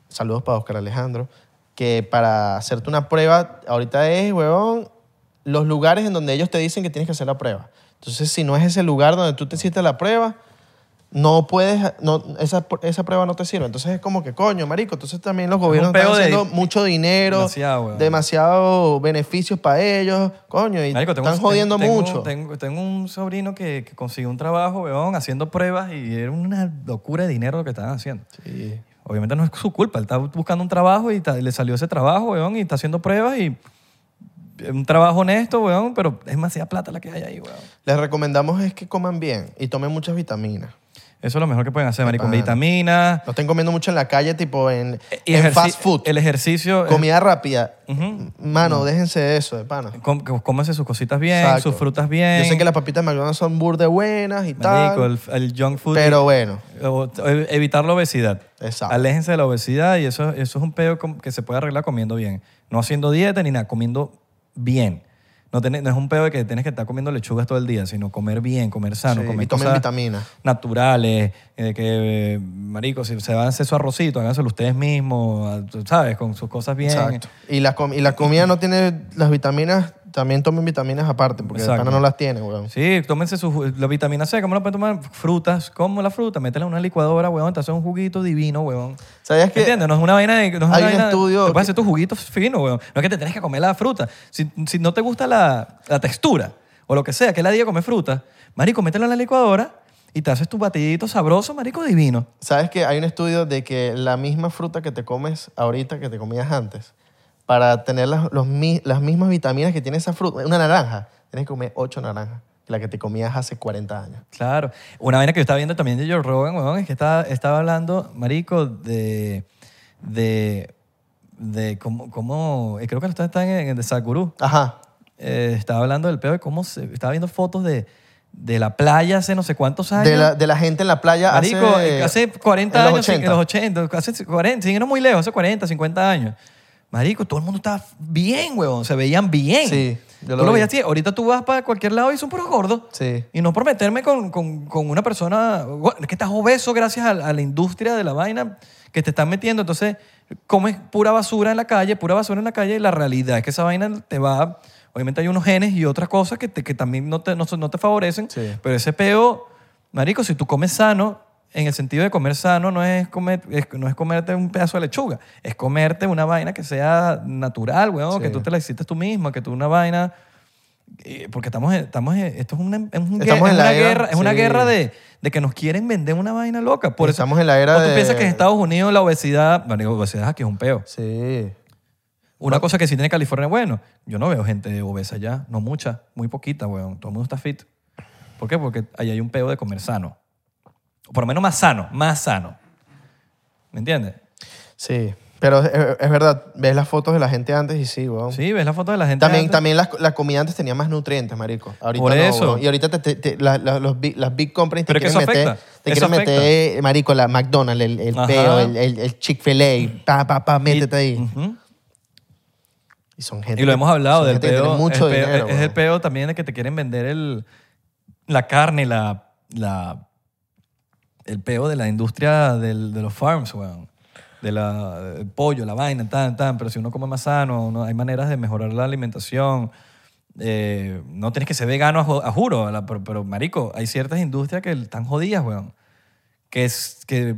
[SPEAKER 2] saludos para Oscar Alejandro, que para hacerte una prueba, ahorita es, huevón, los lugares en donde ellos te dicen que tienes que hacer la prueba. Entonces, si no es ese lugar donde tú te hiciste la prueba, no puedes, no, esa, esa prueba no te sirve. Entonces es como que, coño, marico, entonces también los gobiernos están
[SPEAKER 1] peo de-
[SPEAKER 2] haciendo mucho dinero
[SPEAKER 1] Demasiado, weón.
[SPEAKER 2] demasiados beneficios para ellos, coño, y
[SPEAKER 1] Marico, tengo un-
[SPEAKER 2] están jodiendo
[SPEAKER 1] tengo-
[SPEAKER 2] mucho.
[SPEAKER 1] Tengo, tengo un sobrino que, que consiguió un trabajo, weón, haciendo pruebas y era una locura de dinero lo que estaban haciendo.
[SPEAKER 2] Sí.
[SPEAKER 1] Obviamente no es su culpa, él está buscando un trabajo y ta- le salió ese trabajo, weón, y está haciendo pruebas y es un trabajo honesto, weón, pero es demasiada plata la que hay ahí, weón.
[SPEAKER 2] Les recomendamos es que coman bien y tomen muchas vitaminas.
[SPEAKER 1] Eso es lo mejor que pueden hacer, marico.
[SPEAKER 2] pana.
[SPEAKER 1] Vitaminas.
[SPEAKER 2] No estén comiendo mucho en la calle, tipo en,
[SPEAKER 1] E- y
[SPEAKER 2] en
[SPEAKER 1] ejerci-
[SPEAKER 2] fast food,
[SPEAKER 1] El ejercicio. eh,
[SPEAKER 2] comida rápida.
[SPEAKER 1] Ujú.
[SPEAKER 2] Mano, déjense de eso, de pana.
[SPEAKER 1] com- que cómanse sus cositas bien,
[SPEAKER 2] Exacto.
[SPEAKER 1] sus frutas bien.
[SPEAKER 2] Yo sé que las papitas de McDonald's son burde buenas y
[SPEAKER 1] Marico,
[SPEAKER 2] tal,
[SPEAKER 1] el, el junk food.
[SPEAKER 2] pero bueno,
[SPEAKER 1] O- o evitar la obesidad.
[SPEAKER 2] Exacto.
[SPEAKER 1] Aléjense de la obesidad y eso, eso es un pedo com- que se puede arreglar comiendo bien. No haciendo dieta ni nada, comiendo bien. No, tiene- no es un pedo de que tienes que estar comiendo lechugas todo el día, sino comer bien, comer sano,
[SPEAKER 2] Sí,
[SPEAKER 1] comer
[SPEAKER 2] y tomen
[SPEAKER 1] cosas
[SPEAKER 2] vitaminas.
[SPEAKER 1] naturales, eh, de que, eh, marico, si se van a hacer su arrocito, háganselo ustedes mismos, ah, ¿sabes? Con sus cosas bien.
[SPEAKER 2] Exacto. Y la, com- y la comida no tiene las vitaminas, también tomen vitaminas aparte, porque de
[SPEAKER 1] Exacto.
[SPEAKER 2] pana no las tiene, weón.
[SPEAKER 1] Sí, tómense su, ju- la vitamina C, ¿cómo la pueden tomar? Frutas, como la fruta, métela en una licuadora, weón, te hace un juguito divino, weón.
[SPEAKER 2] ¿Sabías que
[SPEAKER 1] ¿Entiendes? No es una vaina de... No es una
[SPEAKER 2] Hay un
[SPEAKER 1] vaina-
[SPEAKER 2] estudio
[SPEAKER 1] Te puedes
[SPEAKER 2] que-
[SPEAKER 1] hacer tus juguitos finos, weón. No es que te tenés que comer la fruta. Si, si no te gusta la, la textura o lo que sea, que la día come fruta, marico, métela en la licuadora y te haces tu batidito sabroso, marico, divino.
[SPEAKER 2] ¿Sabes que hay un estudio de que la misma fruta que te comes ahorita que te comías antes, para tener las, los mi- las mismas vitaminas que tiene esa fruta, una naranja, tienes que comer ocho naranjas, la que te comías hace 40 años.
[SPEAKER 1] Claro. Una vaina que yo estaba viendo también de Joe Rogan, weón, es que estaba, estaba hablando, marico, de... de de cómo, cómo- eh, creo que lo está- está en, en el de Sakuru.
[SPEAKER 2] Ajá.
[SPEAKER 1] Eh, estaba hablando del peo de cómo se, estaba viendo fotos de, de la playa hace no sé cuántos años.
[SPEAKER 2] De la, de la gente en la playa
[SPEAKER 1] Marico, eh,
[SPEAKER 2] hace,
[SPEAKER 1] hace, 40
[SPEAKER 2] en
[SPEAKER 1] años,
[SPEAKER 2] los 80.
[SPEAKER 1] en los 80, hace 40, sí, no muy lejos, hace 40, 50 años. Marico, todo el mundo estaba bien, huevón, se veían bien.
[SPEAKER 2] Sí, yo
[SPEAKER 1] Tú
[SPEAKER 2] lo
[SPEAKER 1] lo
[SPEAKER 2] vi.
[SPEAKER 1] veías así, ahorita tú vas para cualquier lado y son puros gordos.
[SPEAKER 2] Sí.
[SPEAKER 1] Y no por meterme con, con- con una persona, bueno, es que estás obeso gracias a, a la industria de la vaina que te están metiendo, entonces comes pura basura en la calle, pura basura en la calle y la realidad es que esa vaina te va, obviamente hay unos genes y otras cosas que, te- que también no te, no, son- no te favorecen,
[SPEAKER 2] Sí.
[SPEAKER 1] pero ese peo, marico, si tú comes sano, en el sentido de comer sano no es, comer, es- no es comerte un pedazo de lechuga, es comerte una vaina que sea natural, weón,
[SPEAKER 2] Sí.
[SPEAKER 1] que tú te la hiciste tú misma, que tú una vaina... Eh, porque estamos, en- estamos en- esto es una, es un-
[SPEAKER 2] Estamos
[SPEAKER 1] es
[SPEAKER 2] en la
[SPEAKER 1] una
[SPEAKER 2] era,
[SPEAKER 1] guerra, es una
[SPEAKER 2] sí.
[SPEAKER 1] guerra de, de que nos quieren vender una vaina loca. Por eso,
[SPEAKER 2] Estamos en la era
[SPEAKER 1] ¿o tú
[SPEAKER 2] de-
[SPEAKER 1] piensas que en Estados Unidos la obesidad, bueno, la obesidad aquí es un peo.
[SPEAKER 2] Sí.
[SPEAKER 1] Una cosa que sí tiene California, bueno, yo no veo gente obesa ya, no mucha, muy poquita, weón. Todo el mundo está fit. ¿Por qué? Porque ahí hay un peo de comer sano. O por lo menos más sano, más sano. ¿Me entiendes?
[SPEAKER 2] Sí. Pero es, es verdad, ves las fotos de la gente antes y sí, weón.
[SPEAKER 1] Sí, ves la foto de la gente.
[SPEAKER 2] También,
[SPEAKER 1] antes?
[SPEAKER 2] también las- la, comida antes tenía más nutrientes, marico. Ahorita
[SPEAKER 1] Por
[SPEAKER 2] no,
[SPEAKER 1] eso.
[SPEAKER 2] weón. y ahorita te- te- te- la- la- los big- las big companies te
[SPEAKER 1] Pero que
[SPEAKER 2] quieren
[SPEAKER 1] eso
[SPEAKER 2] meter,
[SPEAKER 1] afecta.
[SPEAKER 2] te
[SPEAKER 1] Eso
[SPEAKER 2] quieren meter, marico, la McDonald's, el, el
[SPEAKER 1] Ajá.
[SPEAKER 2] peo, el, el- el Chick-fil-A, pa, pa, pa, métete ahí.
[SPEAKER 1] Ujú.
[SPEAKER 2] Y son gente
[SPEAKER 1] Y lo
[SPEAKER 2] que-
[SPEAKER 1] hemos hablado
[SPEAKER 2] son
[SPEAKER 1] del
[SPEAKER 2] gente que tiene
[SPEAKER 1] peo.
[SPEAKER 2] mucho
[SPEAKER 1] el peo-
[SPEAKER 2] dinero,
[SPEAKER 1] es el
[SPEAKER 2] weón.
[SPEAKER 1] peo también de que te quieren vender el, la carne, la, la, el peo de la industria del- de los farms, weón. De la, del pollo, la vaina, tan, tan. Pero si uno come más sano, uno- hay maneras de mejorar la alimentación. Eh, no tienes que ser vegano, a, ju- a juro. la- pero, pero, marico, hay ciertas industrias que están jodidas, weón. Que, es, que,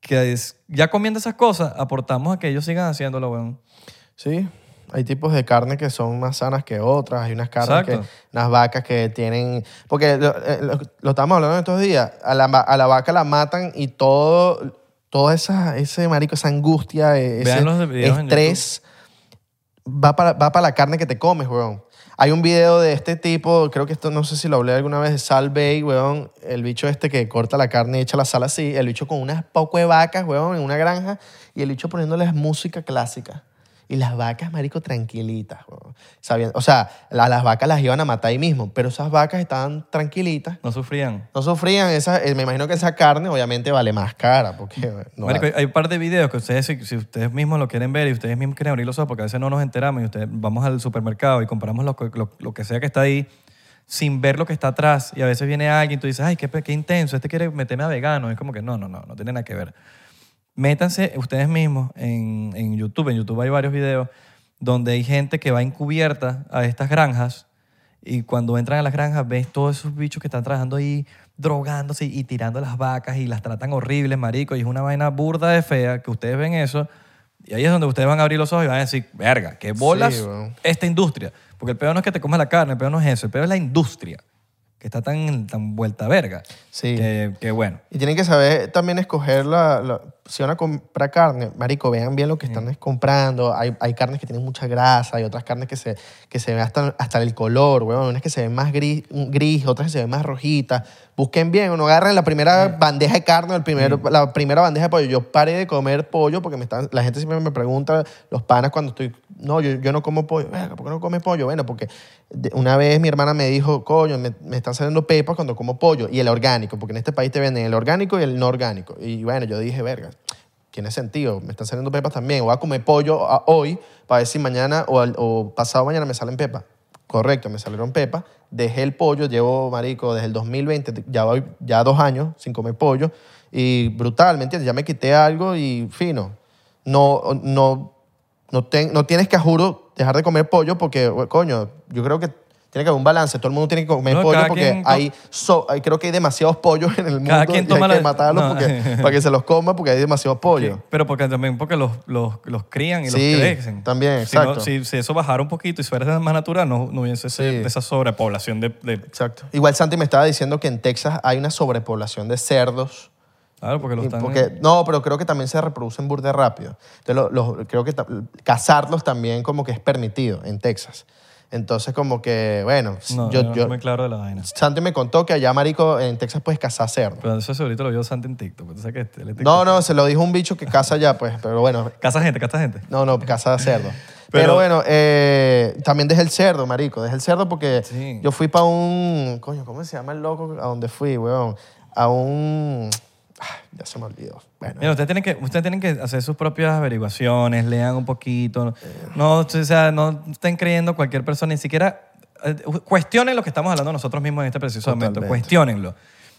[SPEAKER 1] que es, ya comiendo esas cosas, aportamos a que ellos sigan haciéndolo, weón.
[SPEAKER 2] Sí, hay tipos de carne que son más sanas que otras. Hay unas carnes
[SPEAKER 1] Exacto.
[SPEAKER 2] que, unas vacas que tienen, porque lo, eh, lo- lo estábamos hablando en estos días, a la, va- a la vaca la matan y todo, todo esa, ese marico, esa angustia, eh, ese
[SPEAKER 1] Vean los videos en
[SPEAKER 2] estrés va para, va para la carne que te comes, weón. Hay un video de este tipo, creo que esto no sé si lo hablé alguna vez, de Sal Bay, weón, el bicho este que corta la carne y echa la sal así, el bicho con unas poco de vacas, weón, en una granja, y el bicho poniéndoles música clásica. Y las vacas, marico, tranquilitas. weón. Sabiendo, o sea, la- las vacas las iban a matar ahí mismo, pero esas vacas estaban tranquilitas.
[SPEAKER 1] No sufrían.
[SPEAKER 2] No sufrían. Esa, eh, me imagino que esa carne obviamente vale más cara porque eh, no
[SPEAKER 1] Marico,
[SPEAKER 2] vale.
[SPEAKER 1] hay un par de videos que ustedes, si, si ustedes mismos lo quieren ver y ustedes mismos quieren abrir los ojos, porque a veces no nos enteramos y ustedes vamos al supermercado y compramos lo, que- lo- lo que sea que está ahí sin ver lo que está atrás. Y a veces viene alguien y tú dices, ay, qué, pe- qué intenso, este quiere meterme a vegano. Es como que no, no, no, no tiene nada que ver. Métanse ustedes mismos en, en YouTube. En YouTube hay varios videos donde hay gente que va encubierta a estas granjas y cuando entran a las granjas ves todos esos bichos que están trabajando ahí drogándose y tirando las vacas y las tratan horribles, marico. Y es una vaina burda de fea que ustedes ven eso. Y ahí es donde ustedes van a abrir los ojos y van a decir, verga, qué bolas
[SPEAKER 2] Sí, weón.
[SPEAKER 1] esta industria. Porque el peor no es que te comas la carne, el peor no es eso, el peor es la industria que está tan, tan vuelta verga.
[SPEAKER 2] Sí.
[SPEAKER 1] Que, que bueno.
[SPEAKER 2] Y tienen que saber también escoger la, la- si van a comprar carne, marico, vean bien lo que están es comprando. Hay, hay carnes que tienen mucha grasa, hay otras carnes que se, que se ven hasta, hasta el color, weón. Unas que se ven más gris, gris, otras que se ven más rojitas. Busquen bien, no agarren la primera bandeja de carne o el primer- la primera bandeja de pollo. Yo paré de comer pollo porque me están, la gente siempre me pregunta, los panas cuando estoy, no, yo, yo no como pollo. Verga, ¿Por qué no comes pollo? Bueno, porque de- una vez mi hermana me dijo, coño, me, me están saliendo pepas cuando como pollo y el orgánico, porque en este país te venden el orgánico y el no orgánico. Y bueno, yo dije, verga, tiene sentido, me están saliendo pepas también. Voy a comer pollo a- hoy para ver si mañana o, al- o pasado mañana me salen pepas. Correcto, me salieron pepas. Dejé el pollo, llevo, marico, desde el 2020, ya voy ya dos años sin comer pollo. Y brutal, ¿me entiendes? Ya me quité algo y fino. No, no, no, ten- no tienes que, juro, dejar de comer pollo porque, we- coño, yo creo que tiene que haber un balance. Todo el mundo tiene que comer
[SPEAKER 1] No,
[SPEAKER 2] pollo
[SPEAKER 1] cada
[SPEAKER 2] porque
[SPEAKER 1] quien co-
[SPEAKER 2] hay, so- hay- creo que hay demasiados pollos en el mundo
[SPEAKER 1] Cada quien
[SPEAKER 2] y
[SPEAKER 1] toma
[SPEAKER 2] hay que
[SPEAKER 1] la-
[SPEAKER 2] matarlos
[SPEAKER 1] no.
[SPEAKER 2] porque- para que se los coma porque hay demasiados pollos.
[SPEAKER 1] Sí, pero porque también porque los, los, los crían y
[SPEAKER 2] Sí,
[SPEAKER 1] los crecen.
[SPEAKER 2] también,
[SPEAKER 1] Si no-
[SPEAKER 2] exacto.
[SPEAKER 1] Si, si eso bajara un poquito y fuera más natural, no, no hubiese ese-
[SPEAKER 2] Sí.
[SPEAKER 1] esa sobrepoblación de, de-
[SPEAKER 2] Exacto. Igual Santi me estaba diciendo que en Texas hay una sobrepoblación de cerdos.
[SPEAKER 1] Claro, porque los
[SPEAKER 2] Y
[SPEAKER 1] están...
[SPEAKER 2] Porque, no, pero creo que también se reproducen burde rápido. Entonces, lo- los- creo que ta- cazarlos también como que es permitido en Texas. Entonces, como que, bueno,
[SPEAKER 1] no,
[SPEAKER 2] yo,
[SPEAKER 1] yo, no
[SPEAKER 2] yo-
[SPEAKER 1] estoy muy claro de la vaina.
[SPEAKER 2] Santi me contó que allá, marico, en Texas puedes cazar cerdos.
[SPEAKER 1] Pero eso segurito lo vio Santi en TikTok. porque tú sabes que este- el TikTok-
[SPEAKER 2] No, no, se lo dijo un bicho que caza allá, pues, pero bueno,
[SPEAKER 1] Casa gente, casa gente.
[SPEAKER 2] no, no, caza de cerdo. Pero,
[SPEAKER 1] Pero-
[SPEAKER 2] bueno, eh, también dejé el cerdo, marico. Dejé el cerdo porque
[SPEAKER 1] Sí.
[SPEAKER 2] yo fui para un. Coño, ¿cómo se llama el loco a donde fui, weón? A un. ah, Ya se me olvidó. Bueno,
[SPEAKER 1] Mira, ustedes tienen, que, ustedes tienen que hacer sus propias averiguaciones, lean un poquito. No, o sea, no estén creyendo cualquier persona, ni siquiera eh, cuestionen lo que estamos hablando nosotros mismos en este preciso momento.
[SPEAKER 2] Totalmente.
[SPEAKER 1] Cuestiónenlo.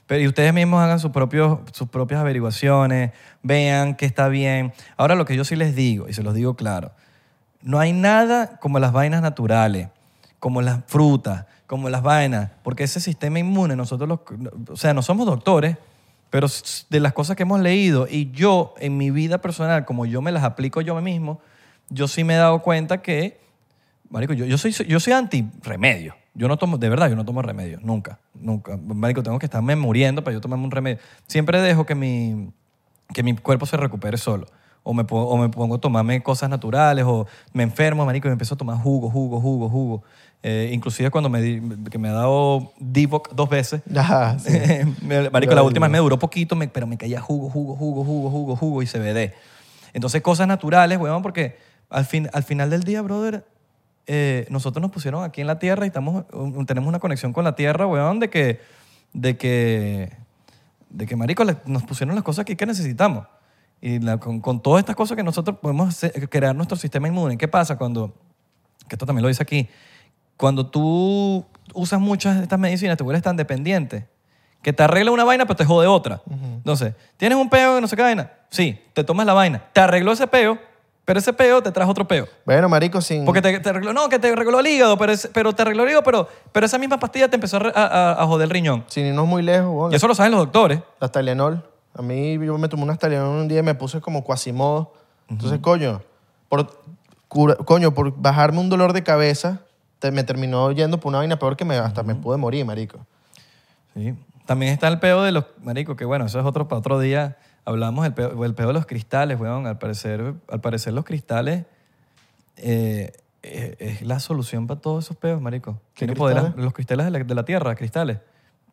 [SPEAKER 1] Pero y ustedes mismos hagan sus, propios, sus propias averiguaciones, vean qué está bien. Ahora lo que yo sí les digo, y se los digo claro, no hay nada como las vainas naturales, como las frutas, como las vainas, porque ese sistema inmune, nosotros, los, o sea, no somos doctores, pero s- de las cosas que hemos leído y yo en mi vida personal, como yo me las aplico yo mismo, yo sí me he dado cuenta que, marico, yo, yo soy, yo soy anti-remedio. Yo no tomo, de verdad, yo no tomo remedios, nunca, nunca. Marico, tengo que estarme muriendo para yo tomarme un remedio. Siempre dejo que mi, que mi cuerpo se recupere solo. O me, po- o me pongo a tomarme cosas naturales, o me enfermo, marico, y me empiezo a tomar jugo, jugo, jugo, jugo. Eh, inclusive cuando me, di- que me ha dado Divoc dos veces,
[SPEAKER 2] Ajá, sí.
[SPEAKER 1] Me- marico, la última me duró poquito, me- pero me caía jugo, jugo, jugo, jugo, jugo, jugo y CBD. Entonces, cosas naturales, weón, porque al, fin, al final del día, brother, eh, nosotros nos pusieron aquí en la Tierra y estamos, un- tenemos una conexión con la Tierra, weón, de que, de que, de que marico, la- nos pusieron las cosas aquí que necesitamos. Y la- con, con todas estas cosas que nosotros podemos hacer- eh, crear nuestro sistema inmune. ¿Qué pasa cuando, que esto también lo dice aquí, cuando tú usas muchas de estas medicinas, te vuelves tan dependiente que te arregla una vaina, pero te jode otra. Entonces, ¿tienes un peo que no se qué vaina? Sí, te tomas la vaina. Te arregló ese peo, pero ese peo te trajo otro peo.
[SPEAKER 2] Bueno, marico, sin.
[SPEAKER 1] Porque te, te arregló, no, que te arregló el hígado, pero, es- pero te arregló el hígado, pero, pero esa misma pastilla te empezó a, re- a- a- a joder el riñón.
[SPEAKER 2] Sin irnos muy lejos, weón.
[SPEAKER 1] Y eso lo saben los doctores.
[SPEAKER 2] La Tylenol. A mí yo me tomé unas Tylenol un día y me puse como cuasimodo. Entonces, coño, por, cura- coño, por bajarme un dolor de cabeza, te- me terminó yendo por una vaina peor que me, hasta me pude morir, marico.
[SPEAKER 1] Sí. También está el peo de los, marico, que bueno, eso es otro para otro día. Hablamos del peo, el peo de los cristales, weón. Al parecer, al parecer los cristales eh, eh, es la solución para todos esos peos, marico.
[SPEAKER 2] ¿Qué
[SPEAKER 1] Tienen poder-
[SPEAKER 2] cristales?
[SPEAKER 1] los cristales de la, de la tierra, cristales.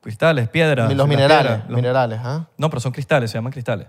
[SPEAKER 1] Cristales, piedras.
[SPEAKER 2] los
[SPEAKER 1] las
[SPEAKER 2] minerales,
[SPEAKER 1] piedras, los-
[SPEAKER 2] minerales, ¿ah?
[SPEAKER 1] No, pero son cristales, se llaman cristales.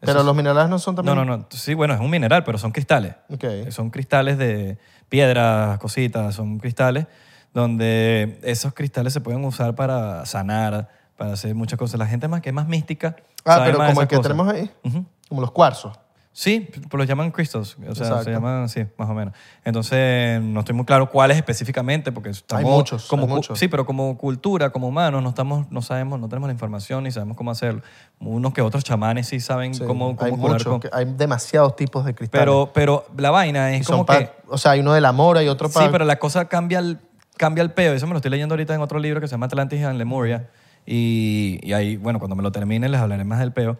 [SPEAKER 2] Pero los minerales no son
[SPEAKER 1] No,
[SPEAKER 2] también.
[SPEAKER 1] no, no. Sí, bueno, es un mineral, pero son cristales.
[SPEAKER 2] Ok.
[SPEAKER 1] Son cristales de piedras, cositas, son cristales donde esos cristales se pueden usar para sanar, para hacer muchas cosas. La gente más que es más mística.
[SPEAKER 2] Ah,
[SPEAKER 1] sabe
[SPEAKER 2] pero
[SPEAKER 1] más de
[SPEAKER 2] como el
[SPEAKER 1] esas
[SPEAKER 2] que
[SPEAKER 1] cosas.
[SPEAKER 2] tenemos ahí.
[SPEAKER 1] Ujú.
[SPEAKER 2] Como los cuarzos.
[SPEAKER 1] Sí, pues los llaman crystals, o sea,
[SPEAKER 2] Exacto.
[SPEAKER 1] se llaman sí, más o menos. Entonces, no estoy muy claro cuáles específicamente, porque estamos
[SPEAKER 2] muchos,
[SPEAKER 1] como
[SPEAKER 2] hay
[SPEAKER 1] cu-
[SPEAKER 2] muchos.
[SPEAKER 1] sí, pero como cultura, como humanos, no estamos, no sabemos, no tenemos la información ni sabemos cómo hacerlo. Unos que otros chamanes sí saben
[SPEAKER 2] Sí,
[SPEAKER 1] cómo, cómo
[SPEAKER 2] hay
[SPEAKER 1] curar
[SPEAKER 2] muchos,
[SPEAKER 1] con-
[SPEAKER 2] que- hay demasiados tipos de cristales.
[SPEAKER 1] pero, pero la vaina
[SPEAKER 2] Y
[SPEAKER 1] es
[SPEAKER 2] son
[SPEAKER 1] como
[SPEAKER 2] pa-
[SPEAKER 1] que
[SPEAKER 2] O sea, hay uno del amor, hay otro para.
[SPEAKER 1] Sí, pero la cosa cambia el, cambia el peo. Eso me lo estoy leyendo ahorita en otro libro que se llama Atlantis and Lemuria. Y, y ahí, bueno, cuando me lo termine les hablaré más del peo.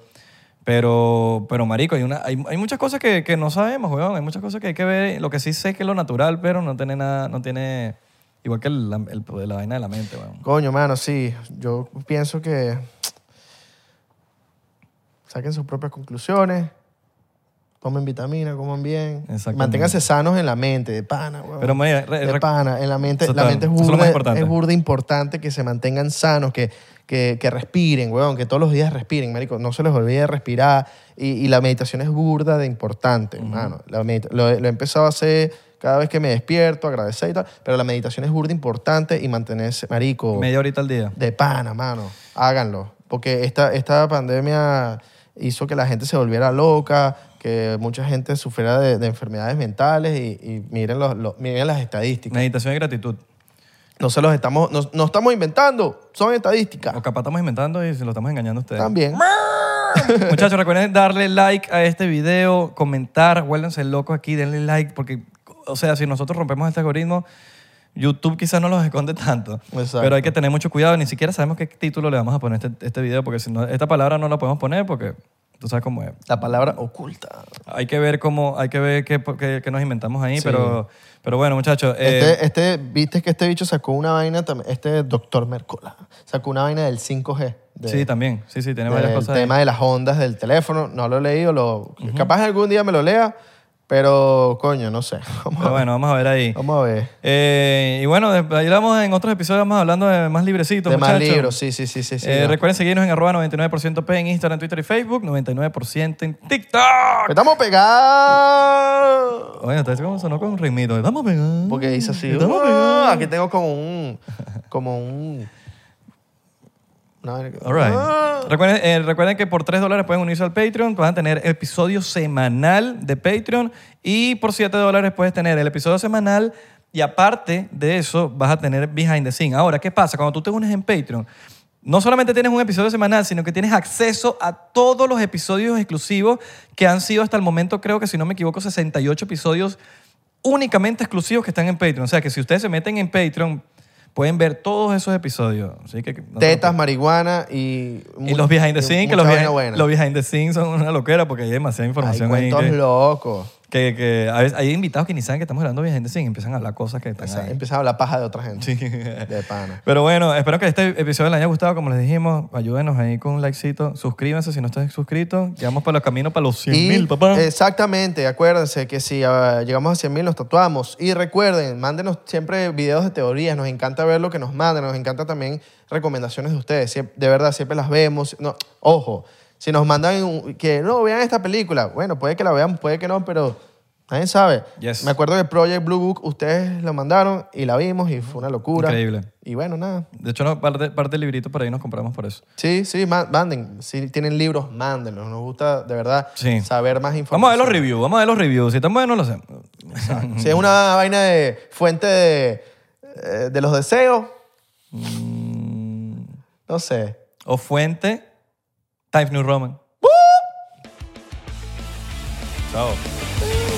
[SPEAKER 1] Pero, pero marico, hay, una, hay, hay muchas cosas que, que no sabemos, weón. Hay muchas cosas que hay que ver. Lo que sí sé es que es lo natural, pero no tiene nada, no tiene... Igual que el- la- el- la vaina de la mente, weón.
[SPEAKER 2] Coño, mano, sí. Yo pienso que. Saquen sus propias conclusiones. Tomen vitamina, coman bien.
[SPEAKER 1] Exactamente.
[SPEAKER 2] Manténganse sanos en la mente, de pana, weón.
[SPEAKER 1] Pero, mira, re-
[SPEAKER 2] de
[SPEAKER 1] re-
[SPEAKER 2] pana, en la mente,
[SPEAKER 1] Eso
[SPEAKER 2] la
[SPEAKER 1] está-
[SPEAKER 2] mente es
[SPEAKER 1] eso es lo
[SPEAKER 2] burda,
[SPEAKER 1] más importante.
[SPEAKER 2] es burda importante que se mantengan sanos, que, que, que respiren, weón, que todos los días respiren, marico, no se les olvide respirar y, y la meditación es burda de importante, hermano. La medita- lo, he- lo he empezado a hacer cada vez que me despierto, agradecer y tal, pero la meditación es burda importante y mantenerse, marico,
[SPEAKER 1] media horita al día.
[SPEAKER 2] de pana, mano, háganlo, porque esta, esta pandemia hizo que la gente se volviera loca, que mucha gente sufriera de, de enfermedades mentales y, y miren, los- los- miren las estadísticas.
[SPEAKER 1] Meditación y gratitud.
[SPEAKER 2] No se los estamos, no, no estamos inventando, son estadísticas.
[SPEAKER 1] O capaz estamos inventando y se lo estamos engañando a ustedes.
[SPEAKER 2] También.
[SPEAKER 1] Muchachos, recuerden darle like a este video, comentar, vuélvanse locos aquí, denle like, porque, o sea, si nosotros rompemos este algoritmo, YouTube quizás no los esconde tanto.
[SPEAKER 2] Exacto.
[SPEAKER 1] Pero hay que tener mucho cuidado, ni siquiera sabemos qué título le vamos a poner a este, este video, porque si no, esta palabra no la podemos poner porque tú sabes cómo es.
[SPEAKER 2] La palabra oculta.
[SPEAKER 1] Hay que ver cómo, hay que ver qué, qué- qué nos inventamos ahí,
[SPEAKER 2] Sí.
[SPEAKER 1] pero, pero bueno, muchachos. eh,
[SPEAKER 2] este, este, viste que este bicho sacó una vaina, tam- este doctor Mercola, sacó una vaina del 5G. de-
[SPEAKER 1] sí, también. Sí, sí, tiene
[SPEAKER 2] del
[SPEAKER 1] varias cosas. ahí.
[SPEAKER 2] tema de las ondas del teléfono. No lo he leído, lo, capaz algún día me lo lea, pero coño, no sé. Vamos,
[SPEAKER 1] Pero bueno, vamos a ver ahí.
[SPEAKER 2] vamos a ver.
[SPEAKER 1] Eh, y bueno, de- ahí vamos en otros episodios más hablando de más librecitos,
[SPEAKER 2] De más
[SPEAKER 1] muchachos.
[SPEAKER 2] libros, sí, sí, sí, sí. sí,
[SPEAKER 1] Eh,
[SPEAKER 2] ya.
[SPEAKER 1] recuerden seguirnos en arroba 99% P en Instagram, Twitter y Facebook, 99% en TikTok.
[SPEAKER 2] Estamos pegados.
[SPEAKER 1] Oye, ¿ustedes cómo sonó con un ritmito? Estamos pegados.
[SPEAKER 2] Porque dice así.
[SPEAKER 1] Estamos
[SPEAKER 2] "Ah",
[SPEAKER 1] pegados.
[SPEAKER 2] aquí tengo como un. Como un. una vaina que-
[SPEAKER 1] All right.
[SPEAKER 2] "Ah".
[SPEAKER 1] recuerden, eh, recuerden que por 3 dólares pueden unirse al Patreon, van a tener episodio semanal de Patreon y por 7 dólares puedes tener el episodio semanal y aparte de eso vas a tener behind the scene. Ahora, ¿qué pasa? Cuando tú te unes en Patreon, no solamente tienes un episodio semanal, sino que tienes acceso a todos los episodios exclusivos que han sido hasta el momento, creo que si no me equivoco, 68 episodios únicamente exclusivos que están en Patreon. O sea que si ustedes se meten en Patreon, pueden ver todos esos episodios. Así que no te lo
[SPEAKER 2] Tetas, marihuana y.
[SPEAKER 1] y los behind the scenes, que los behind, los
[SPEAKER 2] Hay
[SPEAKER 1] behind the scenes son una loquera porque hay demasiada información ahí.
[SPEAKER 2] cuentos
[SPEAKER 1] Que,
[SPEAKER 2] locos.
[SPEAKER 1] que, que a veces hay invitados que ni saben que estamos hablando de behind the scenes y empiezan a hablar cosas que están
[SPEAKER 2] Empieza-
[SPEAKER 1] ahí.
[SPEAKER 2] Empieza a hablar paja de otra gente.
[SPEAKER 1] Sí.
[SPEAKER 2] De pana.
[SPEAKER 1] Pero bueno, espero que este episodio les haya gustado. Como les dijimos, ayúdenos ahí con un likecito. Suscríbanse si no están suscritos. Llegamos para los caminos para los 100 mil, papá.
[SPEAKER 2] Exactamente, acuérdense que si ah, llegamos a 100 mil nos tatuamos. Y recuerden, mándenos siempre videos de teorías, nos encanta ver lo que nos mandan, nos encanta también recomendaciones de ustedes. Siem- de verdad, siempre las vemos. No, ojo, si nos mandan un- que no vean esta película, bueno, puede que la vean, puede que no, pero nadie sabe.
[SPEAKER 1] Yes.
[SPEAKER 2] Me acuerdo que Project Blue Book ustedes lo mandaron y la vimos y fue una locura.
[SPEAKER 1] Increíble.
[SPEAKER 2] Y bueno, nada.
[SPEAKER 1] De hecho, no, parte, parte del librito por ahí nos compramos por eso.
[SPEAKER 2] Sí, sí, ma- manden. Si tienen libros, mándenlos. Nos gusta de verdad
[SPEAKER 1] Sí.
[SPEAKER 2] saber más información.
[SPEAKER 1] Vamos a ver los reviews, vamos a ver los reviews. Si están buenos, lo hacemos.
[SPEAKER 2] Si es una vaina de fuente de, eh, de los deseos,
[SPEAKER 1] Mm,
[SPEAKER 2] no sé.
[SPEAKER 1] o fuente, Times New Roman. Chao.